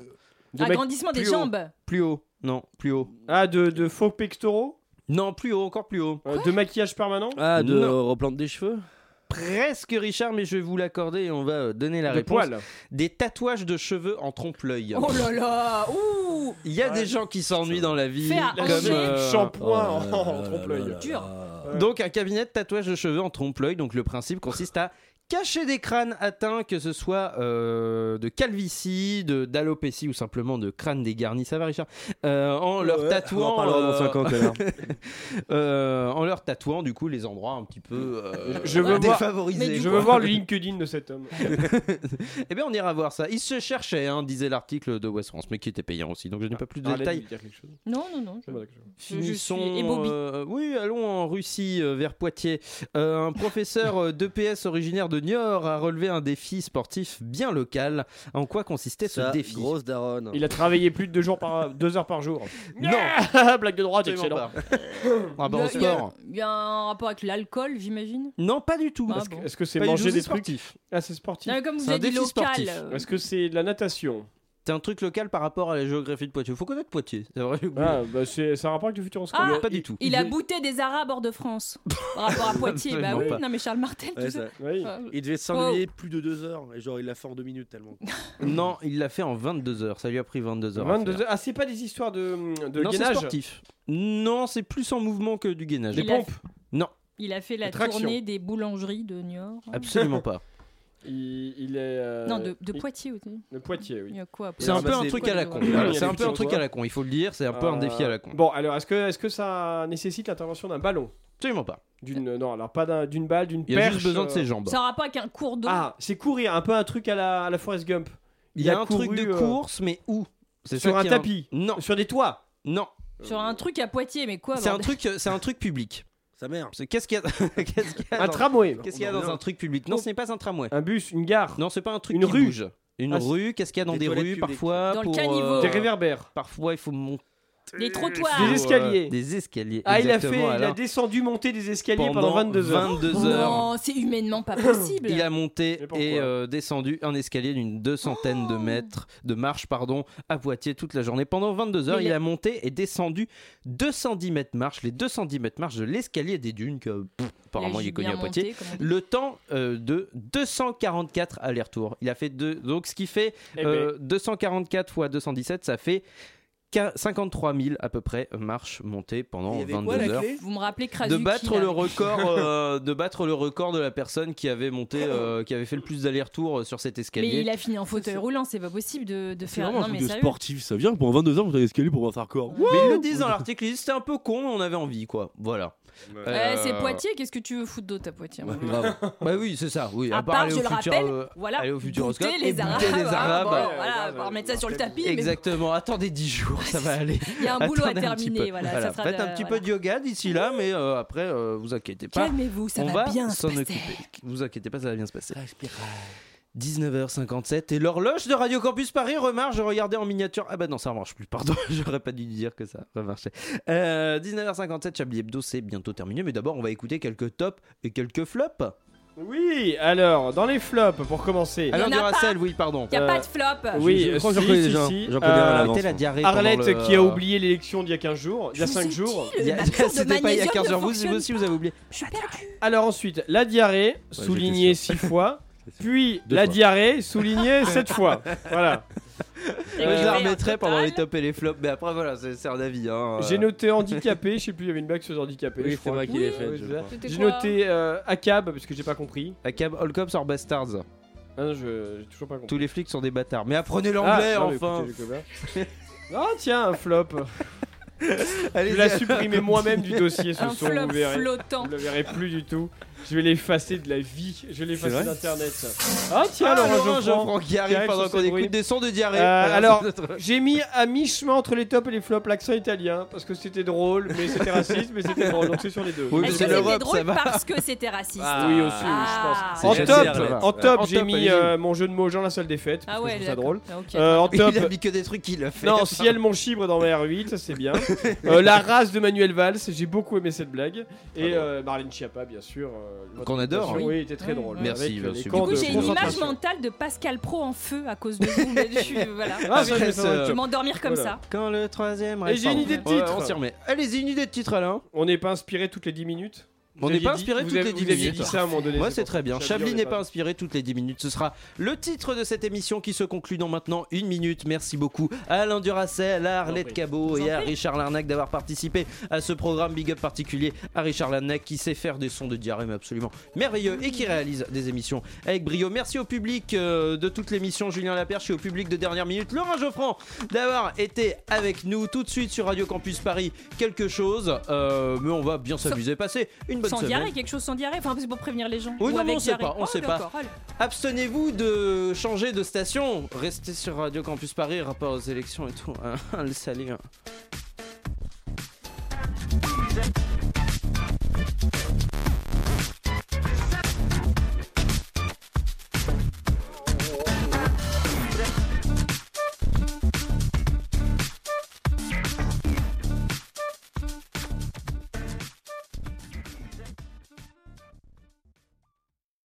Speaker 3: De mettre
Speaker 12: Agrandissement des
Speaker 3: plus haut.
Speaker 12: jambes
Speaker 11: Plus haut. Non, plus haut.
Speaker 3: Ah, de, de faux pectoraux
Speaker 11: Non, plus haut, encore plus haut.
Speaker 3: Euh, De maquillage permanent
Speaker 14: Ah, de
Speaker 11: Non.
Speaker 14: euh, replante des cheveux
Speaker 11: Presque Richard, mais je vais vous l'accorder et on va euh, donner la
Speaker 3: De
Speaker 11: réponse.
Speaker 3: poils
Speaker 11: Des tatouages de cheveux en trompe-l'œil.
Speaker 12: Oh là là Ouh
Speaker 11: Il y a des gens qui s'ennuient dans la vie.
Speaker 12: Fait à
Speaker 11: comme,
Speaker 12: Angers.
Speaker 11: euh,
Speaker 3: Shampoing en- en trompe-l'œil.
Speaker 12: Dur
Speaker 11: Donc un cabinet de tatouage de cheveux en trompe-l'œil. Donc le principe consiste à cacher des crânes atteints, que ce soit euh, de calvitie, de d'alopécie ou simplement de crâne dégarni. Ça va Richard Euh, En leur
Speaker 14: Ouais,
Speaker 11: tatouant.
Speaker 14: on en parlera dans
Speaker 11: euh,
Speaker 14: cinq ans,
Speaker 11: euh, en leur tatouant du coup les endroits un petit peu euh,
Speaker 3: Je veux voir-
Speaker 11: défavorisés.
Speaker 3: Je veux voir le LinkedIn de cet homme.
Speaker 11: Eh bien, on ira voir ça. Il se cherchait, hein, disait l'article de West France, mais qui était payant aussi. Donc, je
Speaker 3: Ah,
Speaker 11: n'ai pas plus de
Speaker 3: Arrête
Speaker 11: détails.
Speaker 3: de dire quelque chose.
Speaker 12: Non, non, non.
Speaker 3: J'aimerais quelque chose.
Speaker 12: Je- je suis
Speaker 11: Finissons,
Speaker 12: ébobie.
Speaker 11: euh, oui, allons en Russie, euh, vers Poitiers. Euh, un professeur euh, d'EPS originaire de Niort a relevé un défi sportif bien local. En quoi consistait ce
Speaker 14: Ça,
Speaker 11: défi
Speaker 14: grosse daronne.
Speaker 3: Il a travaillé plus de deux, jours par, deux heures par jour.
Speaker 11: Non, Ah bah,
Speaker 3: Blague de droite,
Speaker 11: absolument
Speaker 3: excellent.
Speaker 11: pas. Rapport au
Speaker 12: Il y a-
Speaker 11: sport.
Speaker 12: Il y a un rapport avec l'alcool, j'imagine
Speaker 11: Non, pas du tout.
Speaker 12: Ah
Speaker 11: Parce que-
Speaker 12: bon.
Speaker 3: Est-ce que c'est
Speaker 11: Pas du tout,
Speaker 3: manger des trucs
Speaker 11: sportif.
Speaker 3: Ah, c'est sportif.
Speaker 12: Non, mais Euh, Comme vous
Speaker 11: C'est un
Speaker 12: avez dit
Speaker 11: défi
Speaker 12: local.
Speaker 11: sportif.
Speaker 12: euh,
Speaker 3: Est-ce que c'est de la natation
Speaker 11: C'est un truc local par rapport à la géographie de Poitiers. Faut connaître Poitiers. C'est vrai. j'ai oublié.
Speaker 3: Ah, bah, c'est ça rapport avec le Futuroscope
Speaker 2: Ah,
Speaker 11: pas du tout.
Speaker 2: Il a bouté des Arabes hors de France. Par rapport à Poitiers, bah
Speaker 11: Absolument
Speaker 2: oui.
Speaker 11: pas.
Speaker 2: Non, mais Charles Martel, tout
Speaker 14: Ouais,
Speaker 2: ça. oh,
Speaker 14: ça.
Speaker 12: Ah,
Speaker 14: Il devait s'ennuyer plus de deux heures. Et genre, il l'a fait en deux minutes tellement.
Speaker 11: Non, il l'a fait en 22 heures. Ça lui a pris 22 heures. à
Speaker 3: 22
Speaker 11: faire.
Speaker 3: heures. Ah, c'est pas des histoires de, de
Speaker 11: non, c'est
Speaker 3: gainage
Speaker 11: sportif. Non, c'est plus en mouvement que du gainage.
Speaker 2: Des Il a- pompes
Speaker 11: Non,
Speaker 2: Il a fait la
Speaker 11: La traction.
Speaker 2: tournée des boulangeries de Niort.
Speaker 11: absolument pas.
Speaker 3: Il, il est. euh,
Speaker 2: Non, de, de
Speaker 3: il-
Speaker 2: Poitiers aussi.
Speaker 3: De Poitiers, oui.
Speaker 2: Il y a quoi à
Speaker 11: C'est un
Speaker 2: Poitiers
Speaker 11: peu un truc à la con.
Speaker 3: Oui,
Speaker 11: Voilà,
Speaker 3: il y a
Speaker 11: C'est
Speaker 3: des
Speaker 11: un peu un truc
Speaker 3: photos.
Speaker 11: à la con. Il faut le dire. C'est un peu un
Speaker 3: Euh,
Speaker 11: défi à la con.
Speaker 3: Bon, alors, est-ce que, est que ça nécessite l'intervention d'un ballon
Speaker 11: Absolument pas.
Speaker 3: D'une, non, alors pas d'un- d'une balle, d'une
Speaker 11: Il
Speaker 3: perche.
Speaker 11: y a juste besoin de
Speaker 3: euh,
Speaker 11: ses jambes.
Speaker 2: Ça aura pas qu'un cours d'eau.
Speaker 3: Ah, c'est courir, un peu un truc à la, à la Forrest Gump.
Speaker 11: Il y a un
Speaker 3: couru,
Speaker 11: truc de
Speaker 3: euh,
Speaker 11: course, mais où C'est
Speaker 3: Sur
Speaker 11: ça
Speaker 3: un
Speaker 11: qui est
Speaker 3: tapis
Speaker 11: Non.
Speaker 3: Sur des toits
Speaker 11: Ah. Non.
Speaker 2: Sur un truc à Poitiers, mais quoi
Speaker 11: C'est un
Speaker 2: bordel
Speaker 11: truc. C'est un truc public.
Speaker 14: Sa mère.
Speaker 11: C'est- Qu'est-ce qu'il y a Qu'est-ce qu'il y a
Speaker 3: Un
Speaker 11: dans-
Speaker 3: tramway.
Speaker 11: Qu'est-ce qu'il y a
Speaker 3: Non,
Speaker 11: dans
Speaker 3: non. Oh.
Speaker 11: un truc public Non, ce n'est pas un tramway.
Speaker 3: Un bus, une gare.
Speaker 11: Non, c'est pas un truc.
Speaker 3: Une
Speaker 11: qui
Speaker 3: rue.
Speaker 11: bouge. Une
Speaker 3: Ah, c'est-
Speaker 11: rue. Qu'est-ce qu'il y a dans
Speaker 3: Des
Speaker 11: des,
Speaker 3: toilettes
Speaker 11: rues
Speaker 3: publiques.
Speaker 11: parfois
Speaker 2: Dans le
Speaker 11: pour,
Speaker 2: caniveau.
Speaker 11: euh,
Speaker 3: Des réverbères.
Speaker 11: Parfois, il faut monter.
Speaker 2: Des trottoirs.
Speaker 3: Des escaliers.
Speaker 11: Des escaliers.
Speaker 3: Ah, il a, fait,
Speaker 11: exactement,
Speaker 3: il a
Speaker 11: alors.
Speaker 3: descendu, monté des escaliers pendant,
Speaker 11: Pendant
Speaker 3: 22 heures.
Speaker 11: 22 heures.
Speaker 2: Non, c'est humainement pas possible.
Speaker 11: Il a monté
Speaker 3: pourquoi
Speaker 11: et euh, descendu un escalier d'une deux centaines
Speaker 2: Oh.
Speaker 11: de mètres de marche pardon, à Poitiers toute la journée. Pendant 22 heures,
Speaker 2: Mais
Speaker 11: il
Speaker 2: il a-
Speaker 11: a monté et descendu 210 mètres marche, les 210 mètres marche de l'escalier des dunes que pff, apparemment il est
Speaker 2: juste
Speaker 11: connu
Speaker 2: bien
Speaker 11: à Poitiers.
Speaker 2: monté, comme on dit.
Speaker 11: Le temps euh, de 244 aller-retour. Il a fait deux, donc ce qui fait
Speaker 3: Eh
Speaker 11: euh, 244 fois 217, ça fait qua- 53 000 à peu près marches montées pendant
Speaker 14: Il y avait quoi,
Speaker 11: 22
Speaker 14: la
Speaker 11: heures
Speaker 14: clé
Speaker 2: Vous me rappelez Krasuki
Speaker 11: de battre
Speaker 2: là.
Speaker 11: le record euh, de battre le record de la personne qui avait monté euh, qui avait fait le plus d'allers-retours euh, sur cet escalier
Speaker 2: Mais il a fini en fauteuil roulant, c'est pas possible de, de
Speaker 11: C'est
Speaker 2: faire.
Speaker 11: vraiment un
Speaker 2: Non,
Speaker 11: truc
Speaker 2: mais
Speaker 11: de
Speaker 2: sérieux.
Speaker 14: Sportif, ça vient. Pour 22 ans, vous avez escalé pour voir faire corps.
Speaker 11: Mais ils le disent dans l'article ils disent, c'était un peu con mais on avait envie quoi voilà
Speaker 2: Eh,
Speaker 11: Euh,
Speaker 2: c'est Poitiers, qu'est-ce que tu veux foutre d'autre à Poitiers hein
Speaker 11: ouais, grave. bah oui c'est ça oui à,
Speaker 2: À part,
Speaker 11: aller
Speaker 2: je
Speaker 11: au
Speaker 2: le
Speaker 11: futur,
Speaker 2: rappelle,
Speaker 11: euh,
Speaker 2: voilà,
Speaker 11: aller au Futuroscope
Speaker 2: bouter
Speaker 11: et
Speaker 2: les Arabes. Ah,
Speaker 11: bouter les
Speaker 2: voilà,
Speaker 11: Arabes
Speaker 2: bon, voilà, on va remettre ça sur le tapis. mais Ah,
Speaker 11: Exactement, attendez 10 jours, ça va aller.
Speaker 2: Il y a un boulot à
Speaker 11: Attendez petit
Speaker 2: terminer,
Speaker 11: peu.
Speaker 2: voilà, ça sera
Speaker 11: Faites
Speaker 2: de-
Speaker 11: un petit
Speaker 2: voilà.
Speaker 11: peu de yoga d'ici là, mais euh, après, euh, vous inquiétez pas.
Speaker 2: Calmez-vous, ça
Speaker 11: on
Speaker 2: va
Speaker 11: va,
Speaker 2: bien se
Speaker 11: s'en
Speaker 2: passer.
Speaker 11: occuper. Vous inquiétez pas, ça va bien se passer. 19h57 et l'horloge de Radio Campus Paris remarche. Je regardais en miniature. Ah bah non, ça marche plus. Pardon, j'aurais pas dû dire que ça remarchait. Euh, 19h57, Chablis Hebdo, c'est bientôt terminé. Mais d'abord, on va écouter quelques tops et quelques flops.
Speaker 3: Oui, alors, dans les flops, pour commencer.
Speaker 11: Alain
Speaker 2: en a pas.
Speaker 11: Duracell, oui, pardon.
Speaker 2: Il n'y a pas
Speaker 3: Euh,
Speaker 2: de flop.
Speaker 3: Oui,
Speaker 14: Je- je crois que
Speaker 3: si,
Speaker 14: j'en connais
Speaker 3: si,
Speaker 14: déjà.
Speaker 3: si.
Speaker 14: J'en connais un à
Speaker 3: Euh,
Speaker 14: l'avance.
Speaker 11: C'était la diarrhée.
Speaker 3: Arlette
Speaker 11: pendant le-
Speaker 3: qui a oublié l'élection d'il y a 15 jours, il y a
Speaker 2: Je vous ai
Speaker 3: 5
Speaker 2: dit,
Speaker 3: jours.
Speaker 2: le
Speaker 11: Il y a-
Speaker 2: maxeur de
Speaker 11: C'était pas il y a
Speaker 2: magnésium
Speaker 11: 15
Speaker 2: ne
Speaker 11: heures. Vous,
Speaker 2: fonctionne
Speaker 11: vous aussi, vous avez oublié.
Speaker 2: Je suis perdue.
Speaker 3: Alors ensuite, la diarrhée,
Speaker 11: j'étais
Speaker 3: soulignée
Speaker 11: sûr.
Speaker 3: 6 fois. Puis
Speaker 11: Deux
Speaker 3: la
Speaker 11: fois.
Speaker 3: diarrhée, soulignée 7 fois. Voilà.
Speaker 11: Moi, je la
Speaker 3: Euh,
Speaker 11: remettrai
Speaker 2: un total.
Speaker 11: pendant les tops et les flops. Mais après, voilà, c'est c'est un avis. hein.
Speaker 3: J'ai noté handicapé, je sais plus, il y avait une blague sur les handicapés.
Speaker 14: Oui,
Speaker 3: je
Speaker 14: c'est
Speaker 3: crois.
Speaker 14: vrai qu'il est fait,
Speaker 3: Ouais,
Speaker 14: je
Speaker 3: c'est ça.
Speaker 14: crois.
Speaker 18: C'était
Speaker 3: J'ai
Speaker 18: quoi
Speaker 3: noté euh, ACAB parce que j'ai pas compris.
Speaker 11: Acab, All Cops or Bastards.
Speaker 3: Ah non, je- j'ai toujours pas compris.
Speaker 11: Tous les flics sont des bâtards. Mais apprenez l'anglais,
Speaker 3: Ah, non, mais
Speaker 11: enfin.
Speaker 3: écoutez, Nicolas. Ah tiens, un flop. Je
Speaker 11: Allez-y.
Speaker 3: l'ai supprimé moi-même du dossier ce
Speaker 2: Un
Speaker 3: son, vous
Speaker 2: flop
Speaker 3: verrez.
Speaker 2: flottant.
Speaker 3: Vous le verrez plus du tout. Je vais l'effacer de la vie. Je vais
Speaker 14: C'est
Speaker 3: l'effacer
Speaker 14: vrai
Speaker 3: d'internet. Ah tiens,
Speaker 11: Ah,
Speaker 3: Laurent
Speaker 11: Laurent
Speaker 3: Geoffrand.
Speaker 11: Geoffrand qui
Speaker 3: Qui
Speaker 11: arrive
Speaker 3: arrive
Speaker 11: pendant
Speaker 3: sur
Speaker 11: qu'on
Speaker 3: ses bruits.
Speaker 11: écoute des sons de diarrhée.
Speaker 3: Euh,
Speaker 11: Voilà,
Speaker 3: alors,
Speaker 11: c'est notre-
Speaker 3: J'ai mis à mi-chemin entre les tops et les flops l'accent italien parce que c'était drôle, mais c'était raciste, mais c'était drôle. Donc c'est sur les deux.
Speaker 11: Oui, mais
Speaker 2: Est-ce
Speaker 11: c'est
Speaker 2: que c'était
Speaker 11: l'Europe, ça
Speaker 2: drôle
Speaker 11: va.
Speaker 2: parce que c'était raciste
Speaker 11: Ah,
Speaker 3: Oui, aussi,
Speaker 2: Ah.
Speaker 3: je pense. En
Speaker 11: C'est
Speaker 3: top,
Speaker 11: Jazzy Arlette.
Speaker 3: en top,
Speaker 11: En
Speaker 3: j'ai
Speaker 11: top,
Speaker 3: mis
Speaker 11: allez-y.
Speaker 3: euh, mon jeu de mots Jean la salle des fêtes. Parce
Speaker 2: Ah
Speaker 3: que je
Speaker 2: ouais,
Speaker 3: trouve ça
Speaker 2: d'accord.
Speaker 3: drôle.
Speaker 2: Ah, ok.
Speaker 3: Euh, en top,
Speaker 11: Il a mis que des trucs qu'il a fait.
Speaker 3: non, ciel mon chibre dans ma R8, ça c'est bien. Euh, la race de Manuel Valls, j'ai beaucoup aimé cette blague. Et euh, Marlene Chiappa, bien sûr. euh, votre
Speaker 11: Ah Qu'on adore.
Speaker 3: imitation.
Speaker 2: Oui.
Speaker 3: Oui, il était très
Speaker 2: Ouais,
Speaker 3: drôle.
Speaker 11: ouais. Merci,
Speaker 3: Avec, euh,
Speaker 11: merci
Speaker 3: les
Speaker 11: beaucoup.
Speaker 3: camps
Speaker 2: Du coup,
Speaker 3: de
Speaker 2: j'ai une image
Speaker 3: concentration.
Speaker 2: mentale de Pascal Pro en feu à cause de vous. mais je suis- voilà.
Speaker 3: Ah, ça,
Speaker 11: Après,
Speaker 3: je m'étonnerais
Speaker 11: ce-
Speaker 2: Je
Speaker 3: pas.
Speaker 2: vais m'endormir comme
Speaker 3: Voilà.
Speaker 2: ça.
Speaker 11: Quand le troisième.
Speaker 3: Et j'ai une
Speaker 11: Pardon.
Speaker 3: idée de
Speaker 11: Ouais,
Speaker 3: titre.
Speaker 11: on s'y remet. Allez-y, une idée de titre, Alain.
Speaker 3: On n'est pas inspiré toutes les 10 minutes
Speaker 11: On
Speaker 3: Vous
Speaker 11: n'est pas
Speaker 3: aviez dit-
Speaker 11: inspiré
Speaker 3: vous
Speaker 11: toutes
Speaker 3: avez-
Speaker 11: les 10
Speaker 3: Vous aviez
Speaker 11: minutes.
Speaker 3: dit ça à un moment donné.
Speaker 11: Moi,
Speaker 3: pour
Speaker 11: c'est très
Speaker 3: ça.
Speaker 11: bien.
Speaker 3: Chablis,
Speaker 11: Chablis
Speaker 3: on
Speaker 11: n'est pas inspiré toutes les 10 minutes. Ce sera le titre de cette émission qui se conclut dans maintenant une minute. Merci beaucoup à Alain Duracel, à Arlette
Speaker 3: prie.
Speaker 11: Cabot
Speaker 2: Vous en
Speaker 11: et à
Speaker 2: prie.
Speaker 11: Richard Larnac d'avoir participé à ce programme Big Up particulier. À Richard Larnac qui sait faire des sons de diarrhée mais absolument merveilleux et qui réalise des émissions avec brio. Merci au public euh, de toute l'émission, Julien Laperche et au public de dernière minute, Laurent Geoffran, d'avoir été avec nous tout de suite sur Radio Campus Paris. Quelque chose, euh, mais on va bien s'amuser. Passer une bonne
Speaker 2: Sans
Speaker 11: semaine.
Speaker 2: diarrhée, quelque chose sans diarrhée. Enfin, c'est pour prévenir les gens.
Speaker 11: Oui, non,
Speaker 2: Ou
Speaker 11: mais
Speaker 2: avec
Speaker 11: on sait
Speaker 2: diarrhée.
Speaker 11: pas, on
Speaker 2: Oh,
Speaker 11: sait
Speaker 2: d'accord, allez.
Speaker 11: Abstenez-vous de changer de station. Restez sur Radio Campus Paris, rapport aux élections et tout. hein. le salut. hein.